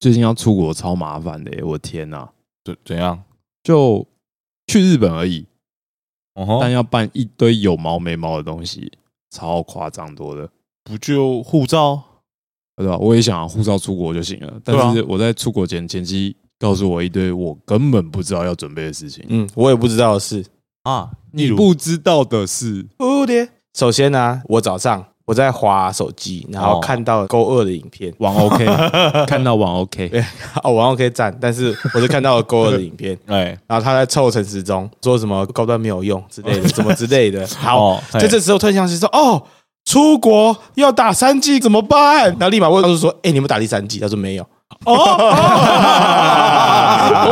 最近要出国超麻烦的耶，我天哪、怎怎样？就去日本而已，哦吼但，要办一堆有毛没毛的东西，超夸张多的，不就护照？对吧？我也想要护照出国就行了，但是我在出国前前期告诉我一堆我根本不知道要准备的事情，嗯，我也不知道的是，啊，例你如不知道的事，蝴蝶。首先呢、我早上我在滑手机，然后哦看到勾二的影片，玩 OK，看到玩 OK， 哦，我 OK 赞，但是我是看到了勾二的影片， 哎，然后他在凑陈时中说什么高端没有用之类 的，什么之类的。好，哦嘿在这时候突然想起说，哦，出国要打三剂怎么办？然后立马问他说，哎、你们打第三剂？他说没 有。哦，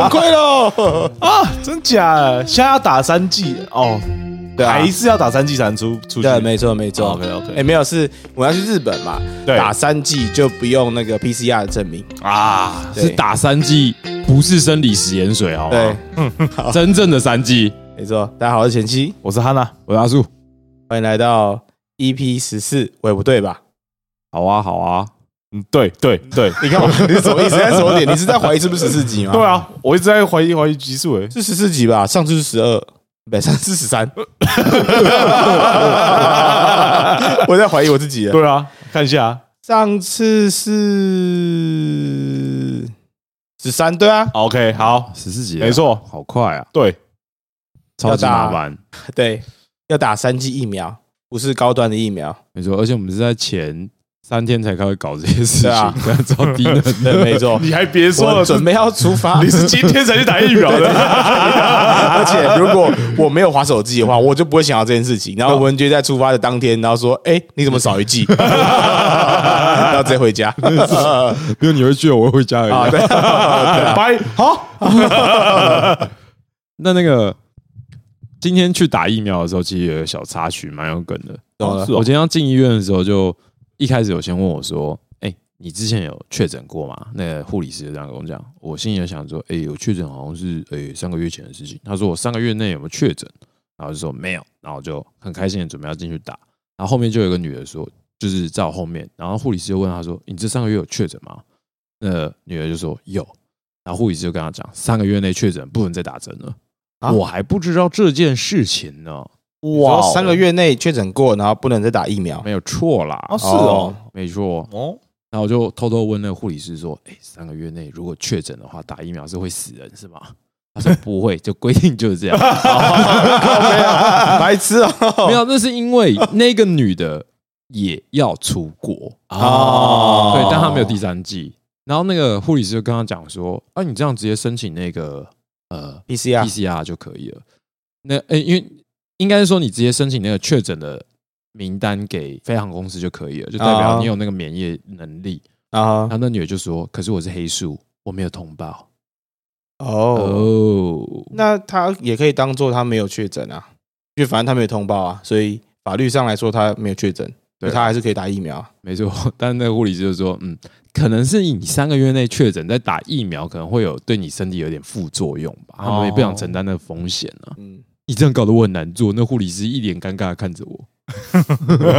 崩溃喽！啊，真假的？现在要打三剂哦，对啊还，是要打三剂才能出出去？啊对，没错没错。 OK，OK 哎、没有，是我要去日本嘛，对打三剂就不用那个 PCR 的证明。啊，对是打三剂，不是生理食盐水，好对吗？， 真正的三剂，没错。大家好，我是前妻，我是啊汉娜，我是阿树，欢迎来到 EP 十四，我也不对吧？好啊，好啊，嗯，对对对你看我，你是什么意思？在什么点？你是在怀疑是不是十四集吗？ 对啊，我一直在怀疑怀疑激素哎，是十四集吧？上次是十二，不，上次十 三。我在怀疑我自己了。对啊，看一下啊上次是十三，对啊， ，OK，好，十四集，没，错，好快啊，对，超级麻烦，对，要打三剂疫苗，不是高端的疫苗。没错，而且我们是在前三天才开始搞这些事对情，啊不然超低能的。对，没错。 你还别说我了，准备要出发，你是今天才去打疫苗 的， 而且如果我没有划手机的话，我就不会想到这件事情。然后文杰在出发的当天，然后说：“哎、你怎么少一季？” 然后直接回 家。 没有你会去，我会回家而已啊啊，对，拜好，那那个今天去打疫苗的时候，其实有个小插曲，蛮有梗的。哦懂了我今天要进医院的时候，就一开始有先问我说：“哎、你之前有确诊过吗？”那个护理师就这样跟我讲，我心里就想说：“哎、有确诊好像是哎、三个月前的事情。”他说：“我三个月内有没有确诊？”然后就说没有，然后我就很开心的准备要进去打。然后后面就有一个女的说，就是在我后面，然后护理师就问她说：“你这三个月有确诊吗？”那女的就说有，然后护理师就跟她讲，三个月内确诊不能再打针了。啊我还不知道这件事情呢，哇，哦三个月内确诊过，然后不能再打疫 苗。没有错啦，哦是哦没错。哦，然后我就偷偷问那个护理师说：“哎、三个月内如果确诊的话，打疫苗是会死人是吗？”他说：“不会，就规定就是这样。” 没有，啊白痴 哦。没有，那是因为那个女的也要出国，啊哦对，但她没有第三季。然后那个护理师就跟她讲说：“啊，你这样直接申请那个呃 PCR PCR 就可以了。那诶、因为应该是说你直接申请那个确诊的名单给飞航公司就可以了，就代表哦你有那个免疫能力。啊然，后那女的就说：“可是我是黑数，我没有通报。”哦，哦，那他也可以当做他没有确诊啊，因为反正他没有通报啊，所以法律上来说他没有确诊，对他还是可以打疫苗啊。没错，但那个护理师就说，嗯，可能是你三个月内确诊，在打疫苗可能会有对你身体有点副作用吧，他们也不想承担那个风险啊。嗯，你这样搞得我很难做，那护理师一脸尴尬的看着我，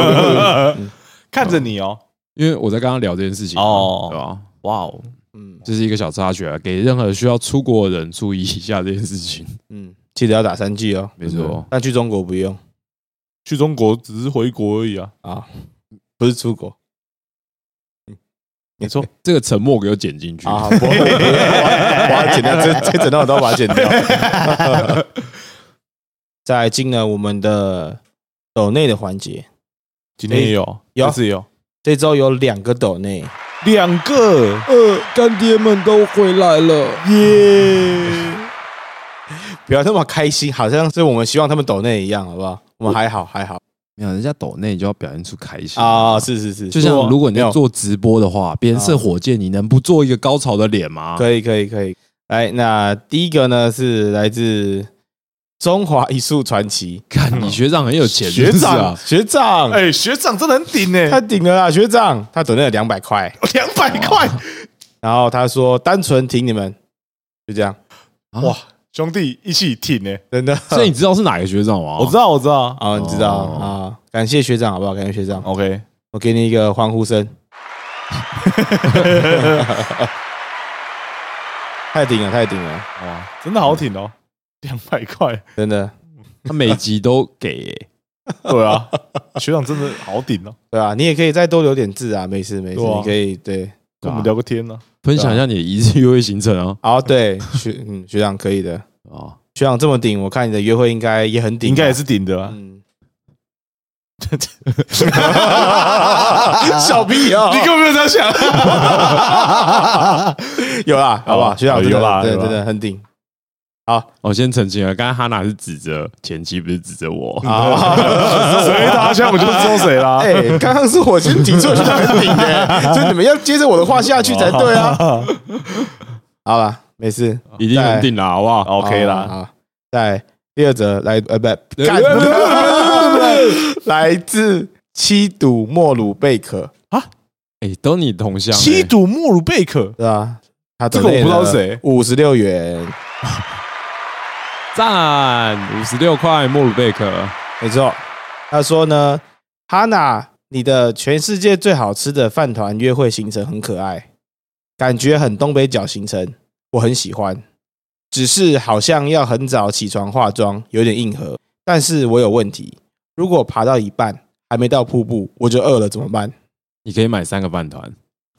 看着你哦，因为我在跟他聊这件事情、哦哦，对吧？哇哦，嗯这是一个小插曲啊，给任何需要出国的人注意一下这件事情。嗯，记得要打三剂哦，没错，但去中国不用去中国只是回国而已啊，啊，不是出国。嗯没错，这个沉默给我剪进去。哎啊， 不，我要剪掉，这这整段我都要把它剪掉。 再来进了我们的抖内的环节，今天也哎有，有这次也有这周有两个抖内，两个呃，干爹们都回来了，耶，不要那么开心，好像是我们希望他们抖内一样，好不好？我们还好，还好没有人家抖内就要表现出开心啊，是是是，就像如果你没有要做直播的话，别人射火箭，你能不做一个高潮的脸吗？可以可以可以。来，那第一个呢是来自中华艺术传奇看你学长很有钱，学是不是长，啊，学长，哎，学长真的很顶哎 他，顶了啦，学长，他抖内了两百块，两百块，然后他说单纯挺你们，就这样，哇哇！兄弟一起挺哎，真的。啊所以你知道是哪个学长吗？我知道我知道啊，你知道哦啊，感谢学长，好不好？感谢学长， ，OK，我给你一个欢呼声。 太顶了，太顶了，哇，真的好挺哦，两百块，真的，他每集都给耶，对啊， 学长真的好顶哦，对啊，你也可以再多留点字啊，没事没事，对啊你可以对，跟对我吧们聊个天呢，分享一下你的一日约会行程啊好，哦对学嗯学长可以的，啊！学长这么顶，我看你的约会应该也很顶啊，应该也是顶的啊，嗯，小屁啊嗯 你根本没有这样想， 有啦，好不好？有学长真的哦有啦对有啦真的很顶我哦先澄清了，啊刚刚哈娜是指责前妻，不是指责我。啊。 谁打枪我就知道谁啦，哎，刚刚是我先顶错，学长很顶 的，所以你们要接着我的话下去才对啊。好了，没事一定很顶啦，好不好？ ，OK 好啦，好，再来第二则来，呃，不，对干对对呃 来自七堵莫鲁贝克，哎，都你同乡，欸七赌莫鲁贝克，对吧？他这个我不知道是谁五十六元，赞五十六块，莫鲁贝克没错。他说呢，哈娜，你的全世界最好吃的饭团约会行程很可爱，感觉很东北角行程，我很喜欢。只是好像要很早起床化妆，有点硬核。但是我有问题，如果爬到一半还没到瀑布，我就饿了，怎么办？你可以买三个饭团，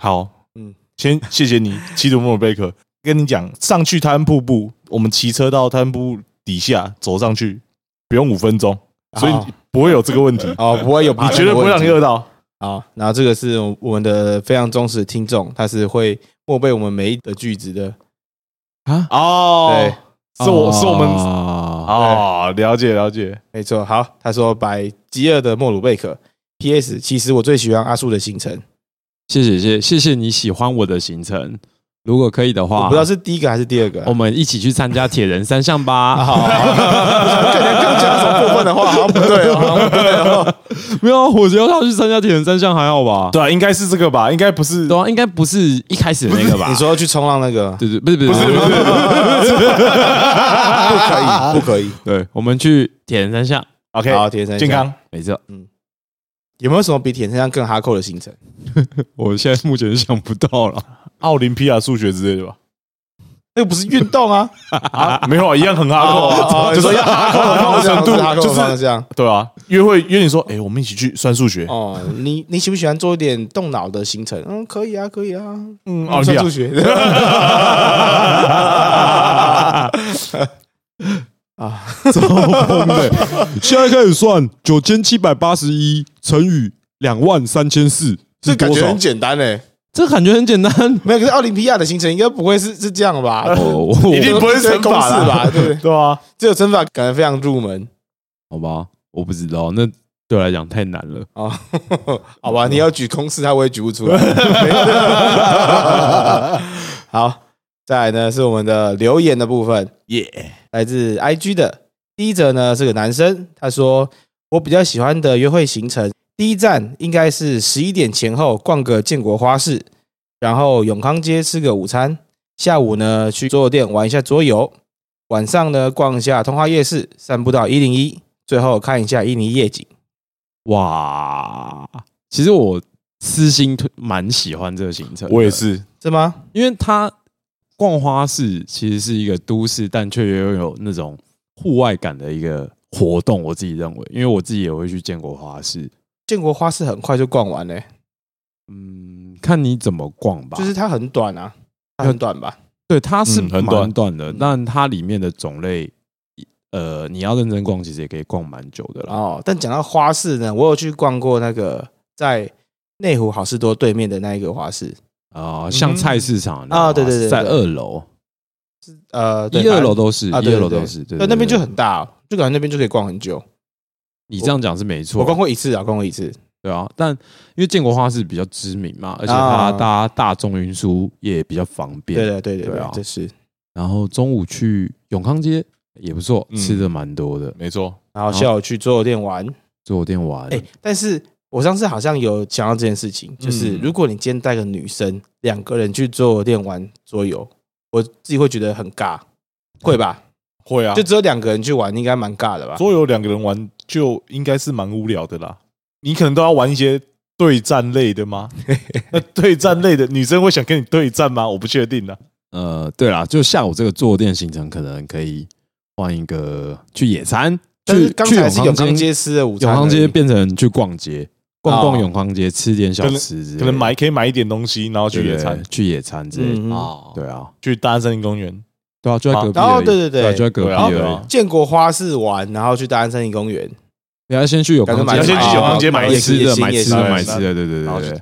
好，嗯嗯，先谢谢你，七度莫尔贝克。跟你讲，上去泰安瀑布，我们骑车到泰安瀑布底下走上去，不用五分钟，所以好不会有这个问题，哦，不会有 爬你山绝对的问题，不会让你饿到。好，然后这个是我们的非常忠实的听众，他是会默背我们每一的句子的。哦，是我啊是我们们哦，了解了解，没错，好，他说百吉尔的莫鲁贝克。P.S. 其实我最喜欢阿树的行程，谢谢谢谢谢你喜欢我的行程，如果可以的我话，不知道是第一个还是第二个啊。 我们一起去参加铁人三项啊，吧。 好，好好感觉刚讲什么过分的话，好像不对哦，好像不对哦。 没有，啊我觉得他去参加铁人三项还好吧？对啊，应该是这个吧，应该不是对啊，应该不是一开始的那个吧？你说去冲浪那个，对对，不是不是不是不是，不可以，不可以。对，我们去铁人三项， OK，好，铁人三项健康没错。有没有什么比铁人三项更哈扣的行程？我现在目前想不到了，奥林匹亚数学之类的吧？那个不是运动啊，哦啊，没有啊，一样很哈扣 啊，就就是是要哈扣的方向，程度哈扣就的方是向。对啊，约会约你说，哎，我们一起去算数学，哦，你你喜不喜欢做一点动脑的行程？嗯，可以啊，可以啊。嗯，奥哦，林匹亚数学。超疯的。 现在开始算九千七百八十一乘以两万三千四这感觉很简单诶，这感觉很简单。没有，可是奥林匹亚的行程应该不会是是这样吧？哦， 一定不会是乘公法式啦吧？对 不对？对啊，这个乘法感觉非常入门好吧，我不知道，那对我来讲太难了。哦。好吧，你要举公式，他我也举不出来。没事好，再来呢是我们的留言的部分，耶，来自 IG 的第一则呢是个男生，他说我比较喜欢的约会行程，第一站应该是十一点前后逛个建国花市，然后永康街吃个午餐，下午呢去桌游店玩一下桌游，晚上呢逛一下通化夜市，散步到一零一，最后看一下印尼夜景。哇，其实我私心推蛮喜欢这个行程，我也，是，是吗？因为它逛花市其实是一个都市，但却又有那种户外感的一个活动。我自己认为，因为我自己也会去建国花市，建国花市很快就逛完嘞、嗯，看你怎么逛吧。就是它很短啊，它很短吧？对，它是嗯很蛮短短的，嗯但它里面的种类，呃，你要认真逛，其实也可以逛蛮久的啦。哦，但讲到花市呢，我有去逛过那个在内湖好事多对面的那一个花市，啊、像菜市场那种嗯啊对对是对在对二楼，呃，对一二楼都是，啊一对二楼对都是，对对，那边就。很大、哦，就感觉那边就可以逛很久。你这样讲是没错，我逛过一次啊，逛过一次。对啊，但因为建国花市比较知名嘛，而且啊它搭大众运输也比较方便。对的，对的，对啊对，这是。然后中午去永康街也不错，嗯吃的蛮多的，没错，然后下午去桌游店玩，坐店玩。哎，但是我上次好像有讲到这件事情，就是嗯如果你今天带个女生两个人去桌游店玩桌游，我自己会觉得很尬，会吧？会啊，就只有两个人去玩，应该蛮尬的吧？桌游两个人玩就应该是蛮无聊的啦，你可能都要玩一些对战类的吗？那对战类的女生会想跟你对战吗？我不确定啦。啊呃，对啦，就下午这个坐垫行程可能可以换一个去野餐，但去是刚去才是永康康街吃的午餐而永已，康街变成去逛街，逛逛哦永康街，吃点小吃之类的，可能买可以买一点东西，然后去对野对餐，去野餐之类的。嗯嗯啊，对啊，去大森林公园，对啊，就在隔壁然后而已。哦对对对对啊，就在隔壁对啊对而啊已。建国花市玩，然后去大安森林公园，你要先去永康感街，觉买先去永康街买买吃野的，心买野吃心的，野买心吃的，对对然后对去对。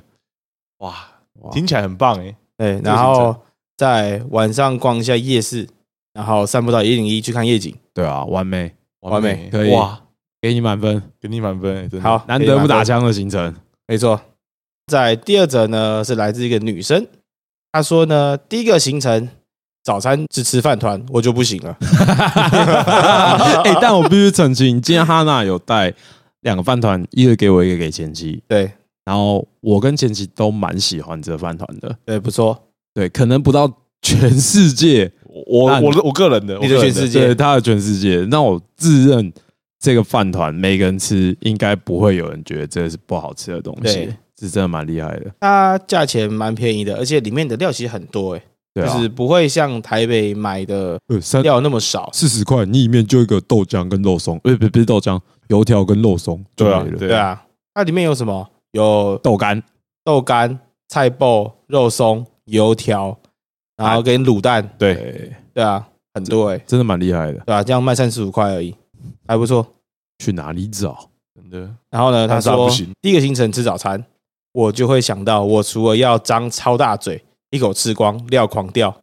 哇，哇听起来很棒哎，对，个然行后在晚上逛一下夜市，然后散步到一零一去看夜景。对啊，完美，完美可以哇，给你满分，给你满分哎，真的好，嗯难可以得拿不打分枪的行程。没错，在第二则呢是来自一个女生，她说呢第一个行程早餐是吃饭团，我就不 行了。哎、但我必须澄清，今天哈娜有带两个饭团，一个给我，一个给前妻。对然后我跟前妻都蛮喜欢这饭团的，对，不错，对，可能不到全世界，我我那我的我个人的，你我的个全人的世界对，他的全世界。那我自认这个饭团每个人吃，应该不会有人觉得这是不好吃的东西对，是真的蛮厉害的，它价钱蛮便宜的，而且里面的料其实很多、欸，对啊，就是不会像台北买的呃三料那么少。四十块，你里面就一个豆浆跟肉松，呃，不不是豆浆，油条跟肉松就对啊没了，对对啊，它里面有什么？有豆干，豆干、菜爆、肉松、油条，然后跟卤蛋，对，对，对啊，很多哎、欸，哎真的蛮厉害的。对啊，这样卖三十五块而已，还不错。去哪里找？真的然后呢，他但是啊说不行第一个行程吃早餐，我就会想到我除了要张超大嘴一口吃光料狂掉，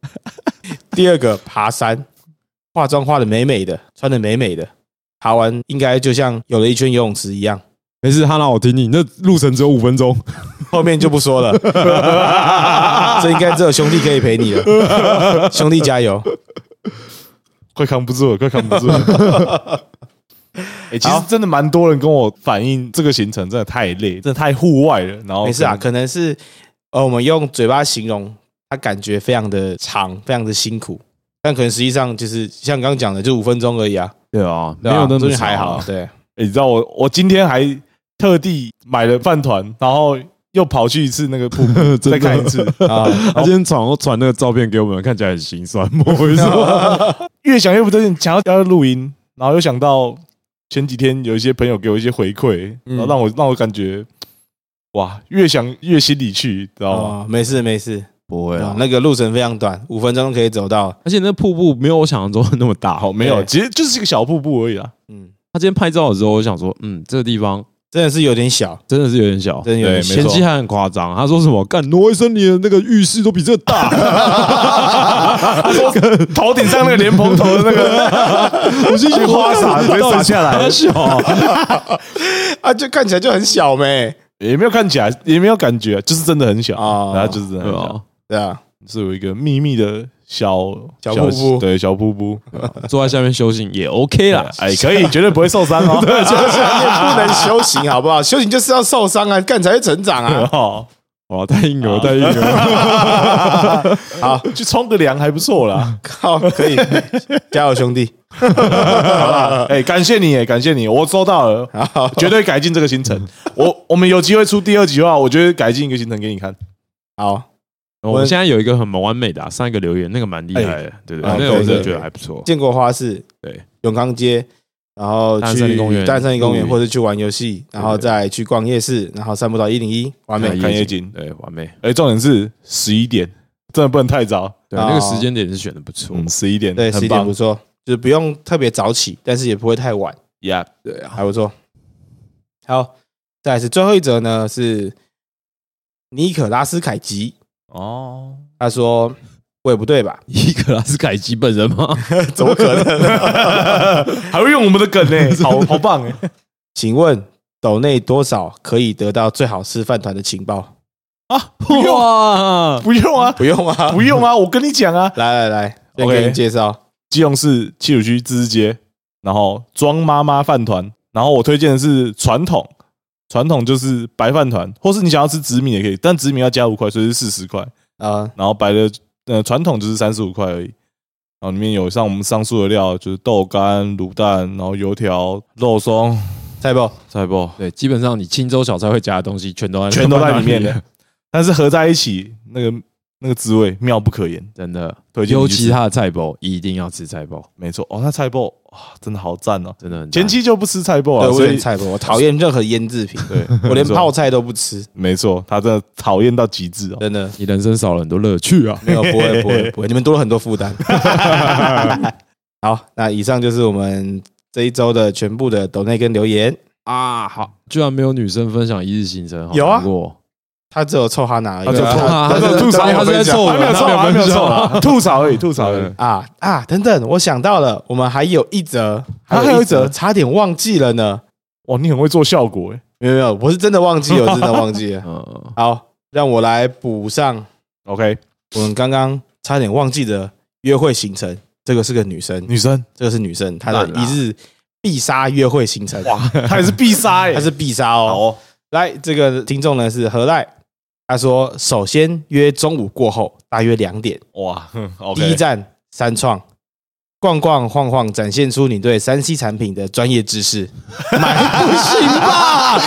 第二个爬山，化妆化的美美的，穿的美美的，爬完应该就像有了一圈游泳池一样。没事，哈娜，我听你。那路程只有五分钟，后面就不说 了，这应该只有兄弟可以陪你了，兄弟加油！快扛不住了，快扛不住了。 哎，其实真的蛮多人跟我反映，这个行程真的太累，真的太户外了。然后没事啊，可能是呃，我们用嘴巴形容，它感觉非常的长，非常的辛苦，但可能实际上就是像刚刚讲的，就五分钟而已啊，对啊，对没啊有那所么以还长啊好，。对，欸，你知道我我今天还特地买了饭团，然后又跑去一次那个瀑 布，真的再看一次。啊，他今天传传那个照片给我们，看起来很心酸，不好意思。 越想越不对劲，想要要录音，然后又想到前几天有一些朋友给我一些回馈，嗯然后让我让我感觉哇，越想越心里去，知道吗？哦，没事没事，不会啊，那个路程非常短，五分钟可以走到，而且那瀑布没有我想象中的那么大。好，没有，对其实就是一个小瀑布而已啦。啊嗯，他今天拍照的时候，我想说，嗯，这个地方真的是有点小，真的是有点小。真的有点对小 没前错期还很夸张，他说什么？干挪威森林的那个浴室都比这个大，他说头顶上那个莲蓬头的那 个，我进 去花洒直接洒下来很，小啊。啊，就看起来就很小呗，也没有看起来，也没有感觉，就是真的很小哦然后就是真的很对小。啊，对啊，是有一个秘密的小小瀑布对小瀑 布，坐在下面休息也 OK 啦。哎，可以，绝对不会受伤哦。啊不能修行好不好？修行就是要受伤啊，干才会成 长啊。哦，哇，太硬了，太硬了。好，去冲个凉还不错 啦。靠，可以，加油兄弟，好啦，哎，感谢你，哎，感谢你，我收到 了，好，绝对改进这个行 程。我我们有机会出第二集的话，我觉得改进一个行程给你看。好。我们现在有一个很蛮完美的啊，上一个留言那个蛮厉害的，对对，对啊那个我对真的对觉得还不错。建国花市，对，永康街，然后大安去森林公园大安森林公园露营或者去玩游戏，然后对再去逛夜市，然后散步到一零一，完美看。夜景对，完美。哎，重点是十一点，真的不能太早。对，啊哦那个时间点是选的不错。啊嗯，十一点，对，十很一点棒不错，就是不用特别早起，但是也不会太晚，呀。对啊，还不错。好，再来是最后一则呢，是尼可拉斯凯奇，哦，他说我也不 对吧？伊格拉斯凯奇本人吗？怎么可能？ 还会用我们的梗 呢，好好棒哎。请问斗内多少可以得到最好吃饭团的情报？用哇，不用啊，不用啊，不用啊，我跟你讲啊，来来来，先 OK 给你介绍，基隆市七五区自治街，然后庄妈妈饭团，然后我推荐的是传统，传统就是白饭团，或是你想要吃紫米也可以，但紫米要加五块，所以是四十块，呃，然后白的呃传统就是三十五块而已。然后里面有像我们上述的料，就是豆干、卤蛋，然后油条、肉松、蔡博，菜包，对，基本上你青州小菜会加的东西全都在全都在里面的的。但是合在一起，那个那个滋味妙不可言， 真的。推荐你尤去其吃他的菜包一定要吃菜包，没错哦，他菜爆啊，真的好赞哦！真的很前期期就不吃菜爆对啊，我所很以菜包，我讨厌任何腌制品，对 我连没错泡菜都不吃，没错，他真的讨厌到极致哦。真的。你人生少了很多乐趣啊。没有，不会，不 会，不会，你们多了很多负担。好，那以上就是我们这一周的全部的抖内跟留言啊。好，居然没有女生分享一日行程，好有啊难过他只有凑哈拿而已，他只有对凑啊他只有他吐槽，他是在凑我还没有他凑啊，还没有没有凑啊， 吐槽而已，吐槽而已。啊啊！等等，我想到了，我们还有一则，啊还有一则差点忘记了呢。哇，你很会做效果哎！没有没有，我是真的忘记，我真的忘记 了。嗯，好，让我来补上 OK，我们刚刚差点忘记的约会行程。这个是个女生，女生这个是女生，她的烂啦一日必杀约会行程，哇，她也是必杀哎，她是必杀好哦。哦，来，这个听众呢是何赖，他说首先约中午过后，大约两点，哇，OK，第一站三创。逛逛晃晃，展现出你对三 C 产品的专业知识。买不行吧？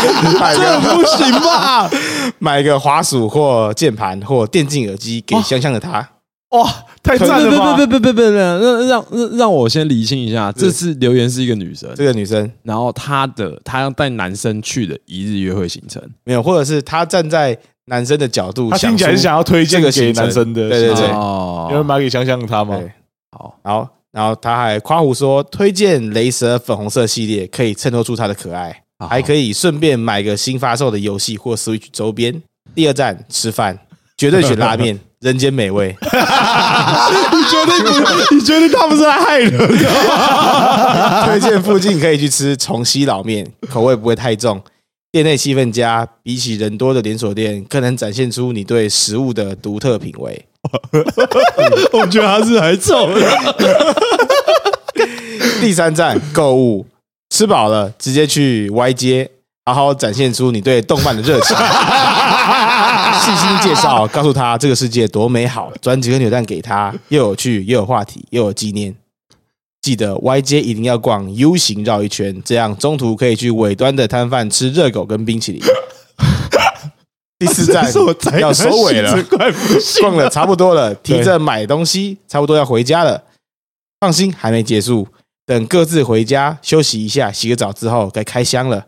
这不行吧？买个滑鼠或键盘或电竞耳机给香香的他。哇，太不赞了吧！不不不不不不，让让让让我先理清一下，这次留言是一个女生，这个女生然后她的她要带男生去的一日约会行程，没有，或者是她站在男生的角度，他听起来是想要推荐给男生的，这个行程对对哦有人买给香香的他吗？对，好，好，然后他还夸胡说，推荐雷蛇粉红色系列可以衬托出他的可爱，啊还可以以顺便买个新发售的游戏或 Switch 周边。第二站吃饭，绝对选拉 面，人间美味。你觉得你你觉得他们是来害人的？推荐附近可以去吃重溪老面，口味不会太重。店内气氛佳，比起人多的连锁店，更能展现出你对食物的独特品味。我觉得他是来臭的。第三站购物，吃饱了直接去 Y 街，好好展现出你对动漫的热情。 细心介绍，告诉他这个世界多美好，转几个扭蛋给他，又有趣又有话题又有纪念。记得 Y 街一定要逛 U 型绕一圈，这样中途可以去尾端的摊贩吃热狗跟冰淇淋。 第四站 这是我宅要男收尾了性，质怪不 信逛了差不多了，提着买东西，差不多要回家了。放心，还没结束，等各自回家休息一下，洗个澡之后该开箱了。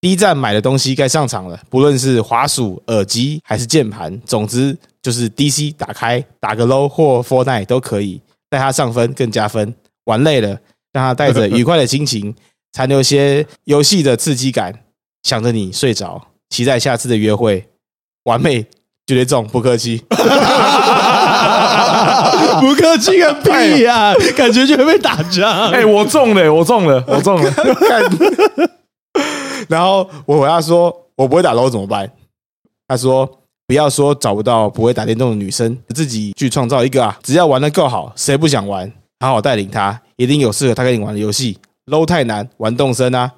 第一站买的东西该上场了，不论是滑鼠、耳机还是键盘，总之就是 DC 打开打个 low 或 f o r t n i t e 都可以，带他上分更加分。玩累了，让他带着愉快的心情， 残留些游戏的刺激感，想着你睡着，期待下次的约会。完美绝对中，不客气。啊不客气个啊屁呀，感觉就会被打架。 哎，我中了，我中了，我中了。 然后我回答说：“我不会打 LO 怎么办？”他说：“不要说找不到不会打电动的女生，自己去创造一个啊！只要玩的够好，谁不想玩？好好带领她，一定有适合她跟你玩的游戏。LO 太难，玩动身啊！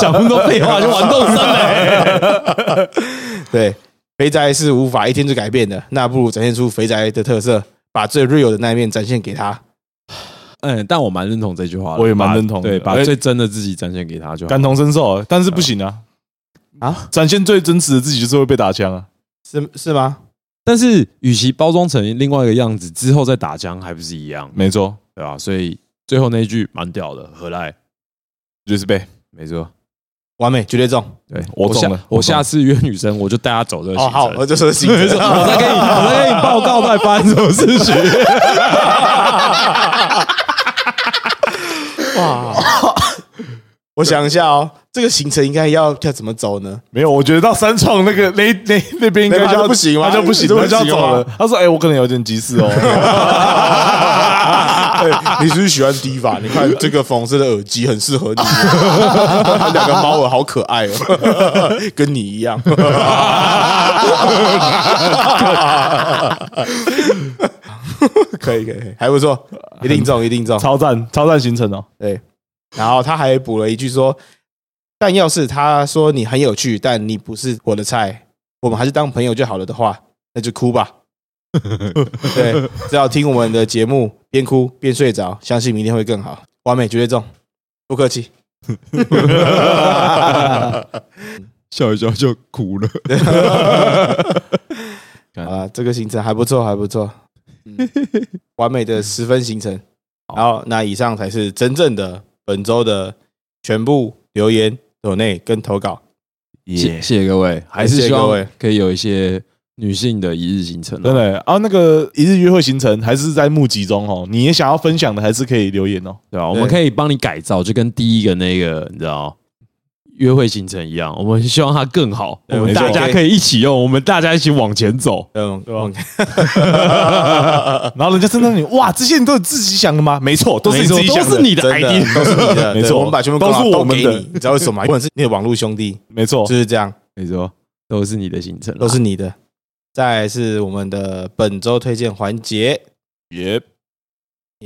讲那么多废话就玩动身嘞。 对，肥宅是无法一天就改变的，那不如展现出肥宅的特色，把最 real 的那一面展现给她。嗯，但我蛮认同这句话的，我也蛮把认同的对，把哎最真的自己展现给他就好 感。同身受，但是不行啊啊啊！展现最真实的自己就是会被打枪啊！是是吗？但是，与其包装成另外一个样子之后再打枪，还不是一样，没错，对吧？所以最后那一句蛮屌的，何来？就是被没错，完美，绝对中！对我中下了我我中下了次约女生，我就带她走这个哦，行好，程我就说行程， 我在跟你，我在跟你报告在发生什么事情。哇！我想一下哦，这个行程应该要要怎么走呢？没有。我觉得到三创那个那那那边应该那边就就不行吗他就不行，这不他就要行吗走了。他说：“哎，我可能有点急 事哦。哎你是不是喜欢 Diva？你看这个粉红色的耳机很适合你，啊两个猫耳好可爱哦，跟你一样。 可以可以可以，还不错，一定中一定中”。超赞，超赞行程哦！对，然后他还补了一句说：“但要是他说你很有趣，但你不是我的菜，我们还是当朋友就好了的话，那就 哭吧。对，只要听我们的节目，边哭边睡着，相信明天会更好。完美绝对中，不客气。笑一笑就哭了。干啊，这个行程还不错，还不错， 嗯完美的十分行程。好好，那以上才是真正的本周的全部留言、抖内跟投稿。谢谢谢各位，还是谢谢希各望位可以有一些女性的一日行程啊。真的欸啊，那个一日约会行程还是在募集中哦，你也想要分享的，还是可以留言哦。对吧、啊我们可以帮你改造，就跟第一个那个你知道约会行程一样，我们希望它更好，我对们没错大家可以一起用，我们大家一起往前走。嗯，对吧嗯 然后人家真的你哇，这些你都是自己想的吗？没错，都是没你错自己想都是你的真的 idea，都是你 的，没错对我们把全部都是广告我们给的你，你知道为 什么吗？因为是你的网络兄弟，没错就，是这样，没错，都是你的行程啦，都是你的。再来是我们的本周推荐环节，耶，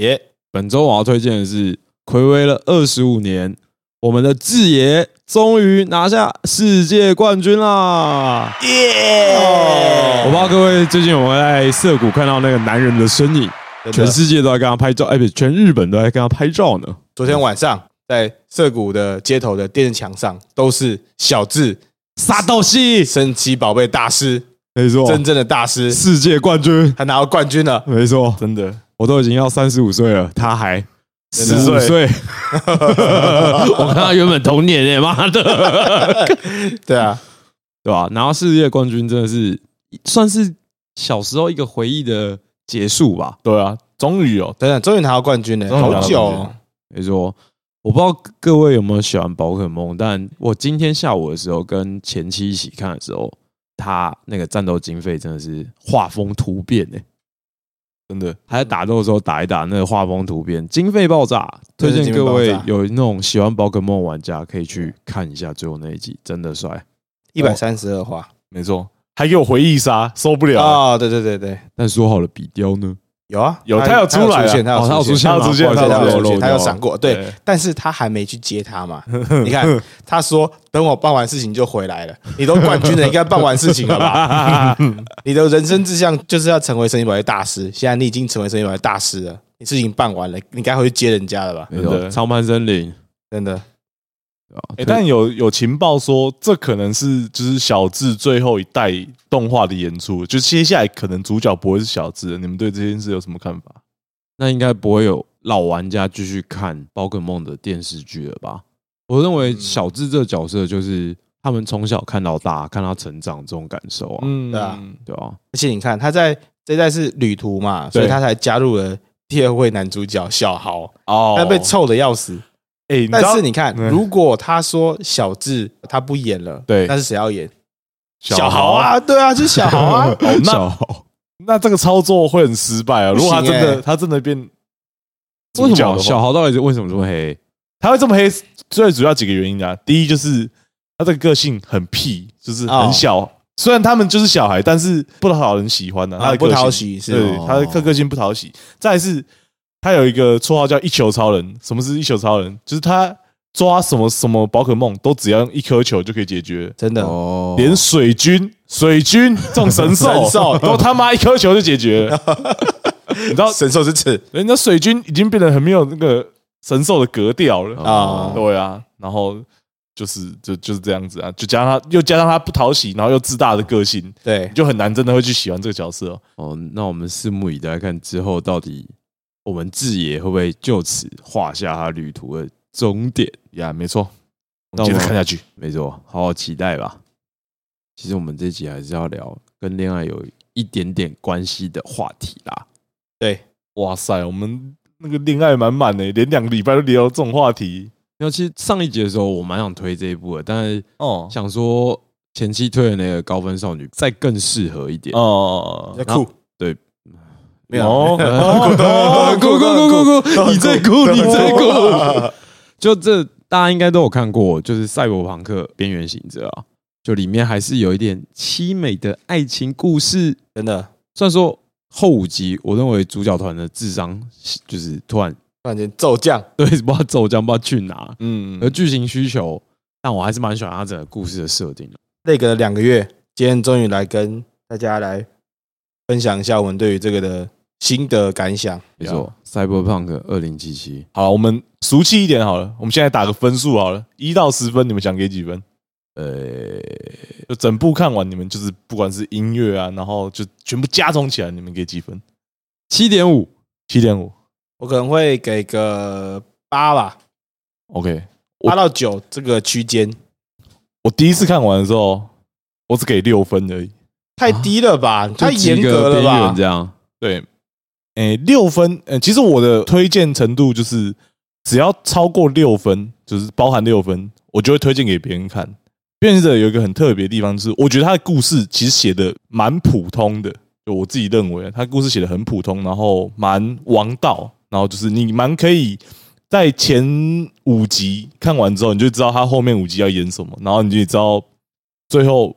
耶，本周我要推荐的是暌违了二十五年，我们的志爷终于拿下世界冠军啦！我不知道各位最近有没有在涩谷看到那个男人的身影，真全的世界都在跟他拍照，哎，不，全日本都在跟他拍照呢。昨天晚上在涩谷的街头的电视墙上，都是小智沙斗西，神奇宝贝大师，没错，真正的大师，世界冠军，他拿到冠军了。没错，真的，我都已经要三十五岁了，他还十的五岁，我跟他原本同年耶， 妈的！对啊，对吧、拿到世界冠军真的是算是小时候一个回忆的结束吧。对啊，终于哦，等等，终于拿到冠军了，终于拿到好久冠军哦。没错，我不知道各位有没有喜欢宝可梦，但我今天下午的时候跟前妻一起看的时候，他那个战斗经费真的是画风突变呢、真的，还在打斗的时候打一打，那个画风突变，经费爆炸。真推的是荐各位经费爆炸有那种喜欢宝可梦玩家可以去看一下最后那一集，真的帅。一百三十二话没错，还给我回忆杀，受不了了，哦，对对对对，但说好了比雕 呢？有啊，有他有有出来啊现，他哦有他有出出现，现他吗，有出现不好意思他有有出漏掉现，他有了闪过，对，，但是他还没去接他嘛。 你看，他说等我办完事情就回来了。你都冠军了，应该办完事情 了吧？你的人生志向就是要成为神奇宝贝大师，现在你已经成为神奇宝贝大师了，你事情办完了，你该回去接人家了吧？没真错，的长盘森林。真的，对吧啊哎，但有有情报说，这可能是就是小智最后一代动画的演出，就接下来可能主角不会是小智了。你们对这件事有什么看法？那应该不会有老玩家继续看宝可梦的电视剧了吧？我认嗯为小智这个角色就是他们从小看到大，看他成长这种感受啊，嗯对啊，对啊，而且你看他在这一代是旅途嘛，所以对他才加入了第二位男主角小豪，哦，他被臭的要死。哎，你知道但是你看，嗯如果他说小智他不演了，对那是谁要演？小豪豪啊，对啊，就是小豪 啊。哦，小那那这个操作会很失败啊！不如行果他真欸的他真的变为主什角么的小话，豪到底是为什么这么黑？他会这么黑，最主要几个原因啊。第一就是他这个个性很屁，就是哦很小。虽然他们就是小孩，但是不讨人喜欢的、啊他的个性不讨喜是对哦他的个个性不讨喜。再来是，他有一个绰号叫一球超人。什么是一球超人？就是他抓什么什么宝可梦都只要用一颗球就可以解决，真的，哦连水军、水军这种 神兽神兽都他妈一颗球就解决了。 你知道神兽之齿人家水军已经变得很没有那个神兽的格调了。啊哦对啊，然后就是就就是这样子啊，就加上他又加上他不讨喜，然后又自大的个性，对你，就很难真的会去喜欢这个角色、哦。哦，那我们拭目以待，看之后到底我们志野会不会就此画下他旅途的终点？呀，没错，那我接着们看下去。没错，好好期待吧。其实我们这集还是要聊跟恋爱有一点点关系的话题啦。哇塞，我们那个恋爱满满的，连两个礼拜都聊这种话题因为其实上一集的时候，我蛮想推这一部的，但是哦。想说前期推的那个高分少女再更适合一点。哦，酷酷，对，没有哦 哦哭酷哭哭哭哭！你在哭，你在哭。哦酷， 就这，大家应该都有看过，就是《赛博朋克：边缘行者》啊，就里面还是有一点凄美的爱情故事。 真的虽然说后五集，我认为主角团的智商就是突然 突然间骤降，对不知道走将不知道去哪，嗯而，剧情需求，但我还是蛮喜欢他整个故事的设定的。那个两个月，今天终于来跟大家来分享一下我们对于这个的心得感想。没错，《Cyberpunk 二零七七》好，我们俗气一点好了，我们现在打个分数好了，一到十分，你们想给几分？呃，就整部看完，你们就是不管是音乐啊，然后就全部加总起来，你们给几分？七点五，七点五我可能会给个八吧， ，OK。我八到九这个区间，我第一次看完的时候，我只给六分而已。太低了啊吧，太就及严格格了边缘吧这？样对，诶、六分，呃，其实我的推荐程度就是，只要超过六分，就是包含六分，我就会推荐给别人看。《变形者》有一个很特别的地方，就是我觉得他的故事其实写的蛮普通的，就我自己认为，啊他故事写的很普通，然后蛮王道，然后就是你蛮可以在前五集看完之后，你就知道他后面五集要演什么，然后你就知道最后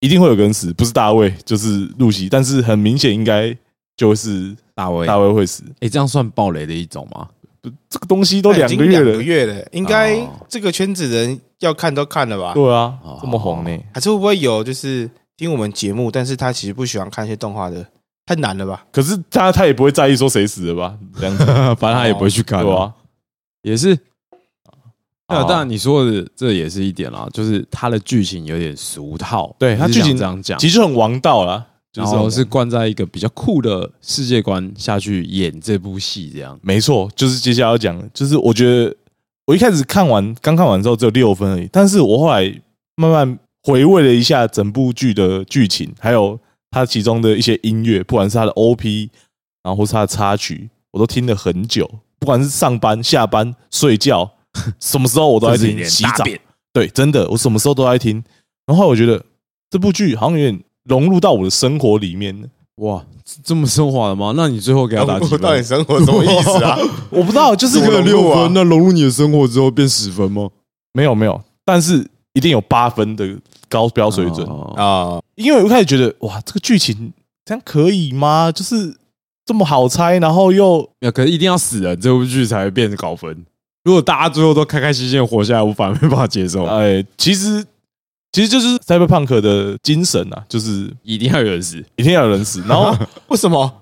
一定会有个人死，不是大卫就是露西，但是很明显应该就是大卫，大卫会死。哎，这样算暴雷的一种吗？这个东西都两已个经月两个了，月了，应该哦这个圈子人要看都看了吧？对啊哦，这么红呢、还是会不会有就是听我们节目，但是他其实不喜欢看一些动画的，太难了吧？可是他他也不会在意说谁死了吧？这样子反正他也不会去看啊哦对吧？也是。好那啊当然，你说的这也是一点啦，就是它的剧情有点俗套，对你它是剧想情这样讲，其实很王道啦，就然是这种哦后是灌在一个比较酷的世界观下去演这部戏，这样没错，就是接下来要讲的，就是我觉得我一开始看完，刚看完之后只有六分而已，但是我后来慢慢回味了一下整部剧的剧情，还有它其中的一些音乐，不管是它的 OP，然后或是它的插曲，我都听了很久，不管是上班、下班、睡觉， 什么时候我都在听，洗澡，对，真的，我什么时候都在听。然后我觉得这部剧好像有点融入到我的生活里面了哇，这这么升华了吗？那你最后给他打几我到底分？生活什么意思啊？ 我不知道，就是这个融入啊那融入你的生活之后变十分吗？没有没有，但是一定有八分的高标水准，哦啊，因为我一开始觉得哇，这个剧情这样可以吗？就是这么好猜，然后又没有，可是一定要死人，这部剧才会变成高分。如果大家最后都开开心心地活下来，我反而没办法接受。哎，其实其实就是 cyberpunk 的精神啊，就是 一定要有人死，一定要有 人死，然后为什么？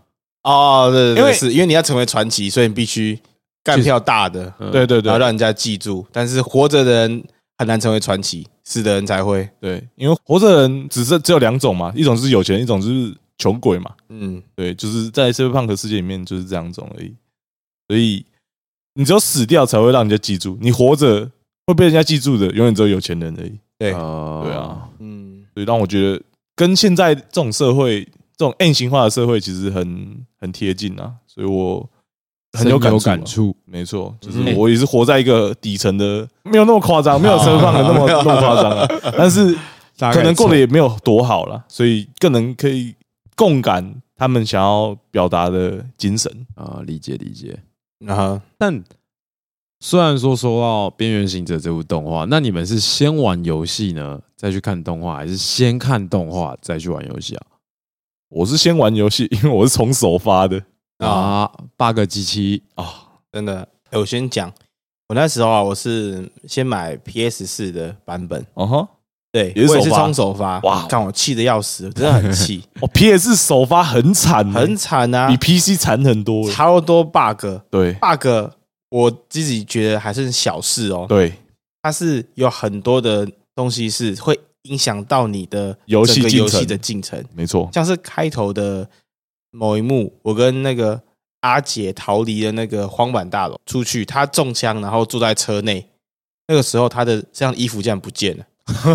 哦，对对因对，为是因为你要成为传奇，所以你必须干票大的，嗯对对然后对让人家记住。但是活着的人很难成为传奇，死的人才会。对，因为活着人只是只有两种嘛，一种就是有钱人，一种就是穷鬼嘛，嗯，对，就是在 cyberpunk 世界里面就是这两种而已，所以你只有死掉才会让人家记住，你活着会被人家记住的，永远只有有钱人而已。对，哎对对啊，嗯，所以让我觉得跟现在这种社会、这种 N 型化的社会其实很很贴近啊，所以我很有深感有触啊、感触。没错，就嗯是我也是活在一个底层的，没有那么夸张，没有身放的那 么那么夸张啊，但是可能过得也没有多好啦，所以更能可以共感他们想要表达的精神。啊，理解理解。然后但虽然说说到《边缘行者》这部动画，那你们是先玩游戏呢，再去看动画，还是先看动画再去玩游戏啊？我是先玩游戏，因为我是从首发的啊，啊，bug 机器哦啊，真的，哎我先讲，我那时候啊，我是先买 PS 四的版本，哦哈，对，也是我也是首发冲首发，哇哇，看我气的要死，真的很气， 我 PS 哦首发很惨欸，很惨啊比，PC 惨很多欸。超多 bug，bug 对我自己觉得还是小事哦，对，它是有很多的东西是会影响到你的游戏整个进游程戏的进程，没错，像是开头的某一幕，我跟那个阿姐逃离了那个荒坂大楼出去，她中枪，然后坐在车内。那个时候，她的这样衣服竟然不见了。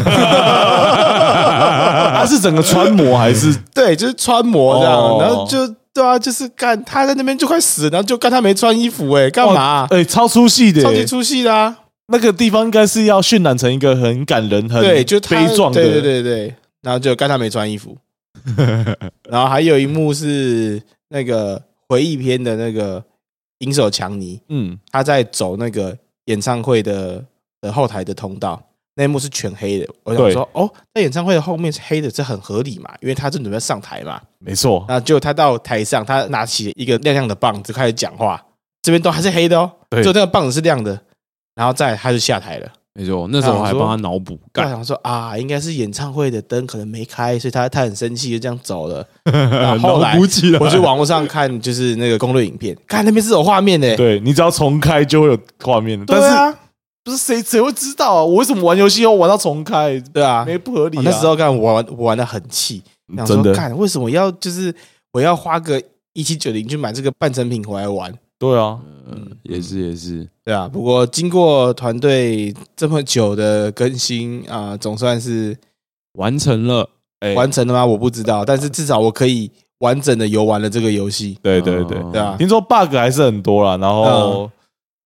他是整个穿模还是对，就是穿模这样，哦然后就对啊，就是干她在那边就快死了，然后就干她没穿衣服、欸， 哎，干嘛、哎、超出戏的超级耶、出戏的啊！那个地方应该是要渲染成一个很感人、很对，就她悲壮的，对对对对，然后就干她没穿 衣服。然后还有一幕是那个回忆篇的那个银手强尼，嗯，他在走那个演唱会的的后台的通道，那一幕是全黑的。我想对说，哦，在演唱会的后面是黑的，这很合理嘛，因为他正准备上台嘛。没错，然后结果他到台上，他拿起一个亮亮的棒子开始讲话，这边都还是黑的哦，对只有那个棒子是亮的。然后再来他就下台了，没错，那时候我还帮他脑补我干，想说啊，应该是演唱会的灯可能没开，所以他他很生气，就这样 走了。然后后来脑补起来我去网络上看，就是啊那个攻略影片，看那边是有画面的、对你只要重开就会有画面，对但是啊，不是谁谁会知道啊？我为什么玩游戏要玩到重开？对啊，没不合理、啊嗯我那时候干我玩我玩的很气，想说真的干为什么要就是我要花个一七九零去买这个半成品回来玩，对啊，嗯，也是也是，对啊。不过经过团队这么久的更新啊、总算是完成了，哎完成了吗？我不知道，但是至少我可以完整的游玩了这个游戏，对对对，嗯对啊。嗯听说 bug 还是很多啦，然后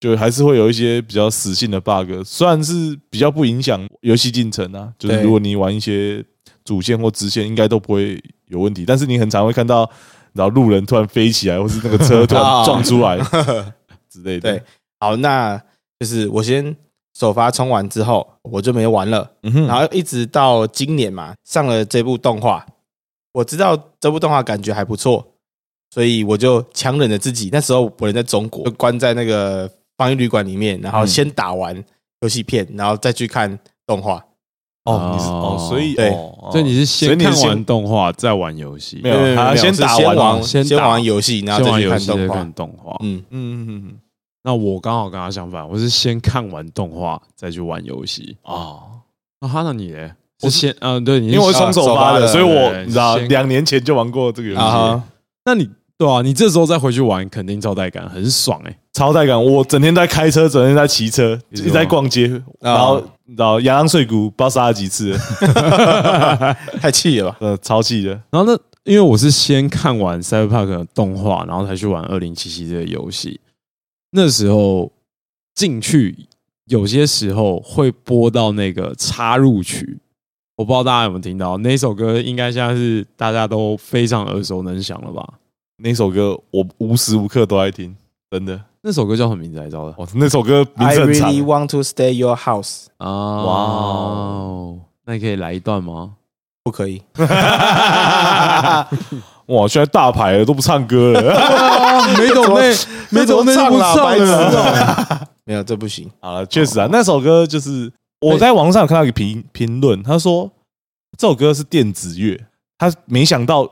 就还是会有一些比较死性的 bug，虽然是比较不影响游戏进程啊，就是对如果你玩一些主线或支线，应该都不会有问题，但是你很常会看到，然后路人突然飞起来，或是那个车突 啊然撞出来之类的。对，好，那就是我先首发冲完之后，我就没玩了。嗯哼，然后一直到今年嘛，上了这部动画，我知道这部动画感觉还不错，所以我就强忍着自己。那时候我人在中国，就关在那个防疫旅馆里面，然后嗯先打完游戏片，然后再去看动画。哦，你是哦，所以对哦所以你是先所以你是看先完动画再玩游戏，没有先他先是打先完嘛玩先先打玩游戏，然后再玩去游看戏再动画看。动画。嗯，嗯嗯嗯嗯那我刚好跟他相反，我是先看完动画再去玩游戏。哦，那哈，那你呢？我是是先嗯，对，你因为我是先双手啊发的，手所发以的我对你知道先两年前就玩过这个游啊戏，哈，那你对啊，你这时候再回去玩，肯定超带感，很爽哎。超带感！我整天在开车，整天在骑车，一你说直在逛街，然后然后洋洋碎骨，不知道杀了几次了，太气了吧？呃，超气的。然后呢，因为我是先看完 Cyberpunk 的动画，然后才去玩二零七七这个游戏。那时候进去，有些时候会播到那个插入曲，我不知道大家有没有听到那首歌，应该现在是大家都非常耳熟能详了吧？那首歌我无时无刻都在听，真的。那首歌叫什么名字来着的？哇，那首歌名 I 字很 really 长， want to stay your house，啊，哦哇哦，那你可以来一段吗？不可以。 哇，现在大牌了都不唱歌了。 没懂内，没懂内啊这怎不么啦白痴了。哦 没有，这不行。好了，确实啊，那首歌就是我在网上有看到一个评评论，他说这首歌是电子乐，他没想到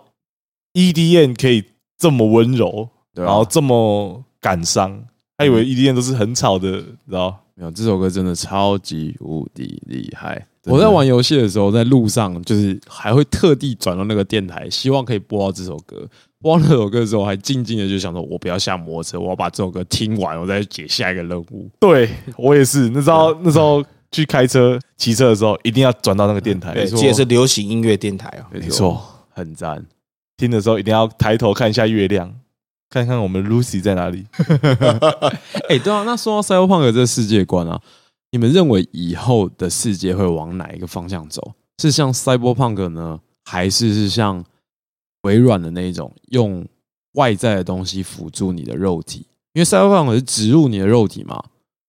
EDM 可以这么温柔，对啊然后这么感伤，他以为 EDM 都是很吵的，你知道？没有，这首歌真的超级无敌厉害。真的我在玩游戏的时候，在路上就是还会特地转到那个电台，希望可以播到这首歌。播到这首歌的时候，还静静的就想说，我不要下摩托车，我要把这首歌听完，我再解下一个任务。对我也是，那时候那时候去开车、骑车的时候，一定要转到那个电台，对，错这也是流行音乐电台哦。没没错，很赞。听的时候一定要抬头看一下月亮，看看我们 Lucy 在哪里。 哎、对啊，那说到赛博朋克这世界观啊，你们认为以后的世界会往哪一个方向走？是像赛博朋克呢，还是是像微软的那一种用外在的东西辅助你的肉体？因为赛博朋克是植入你的肉体嘛，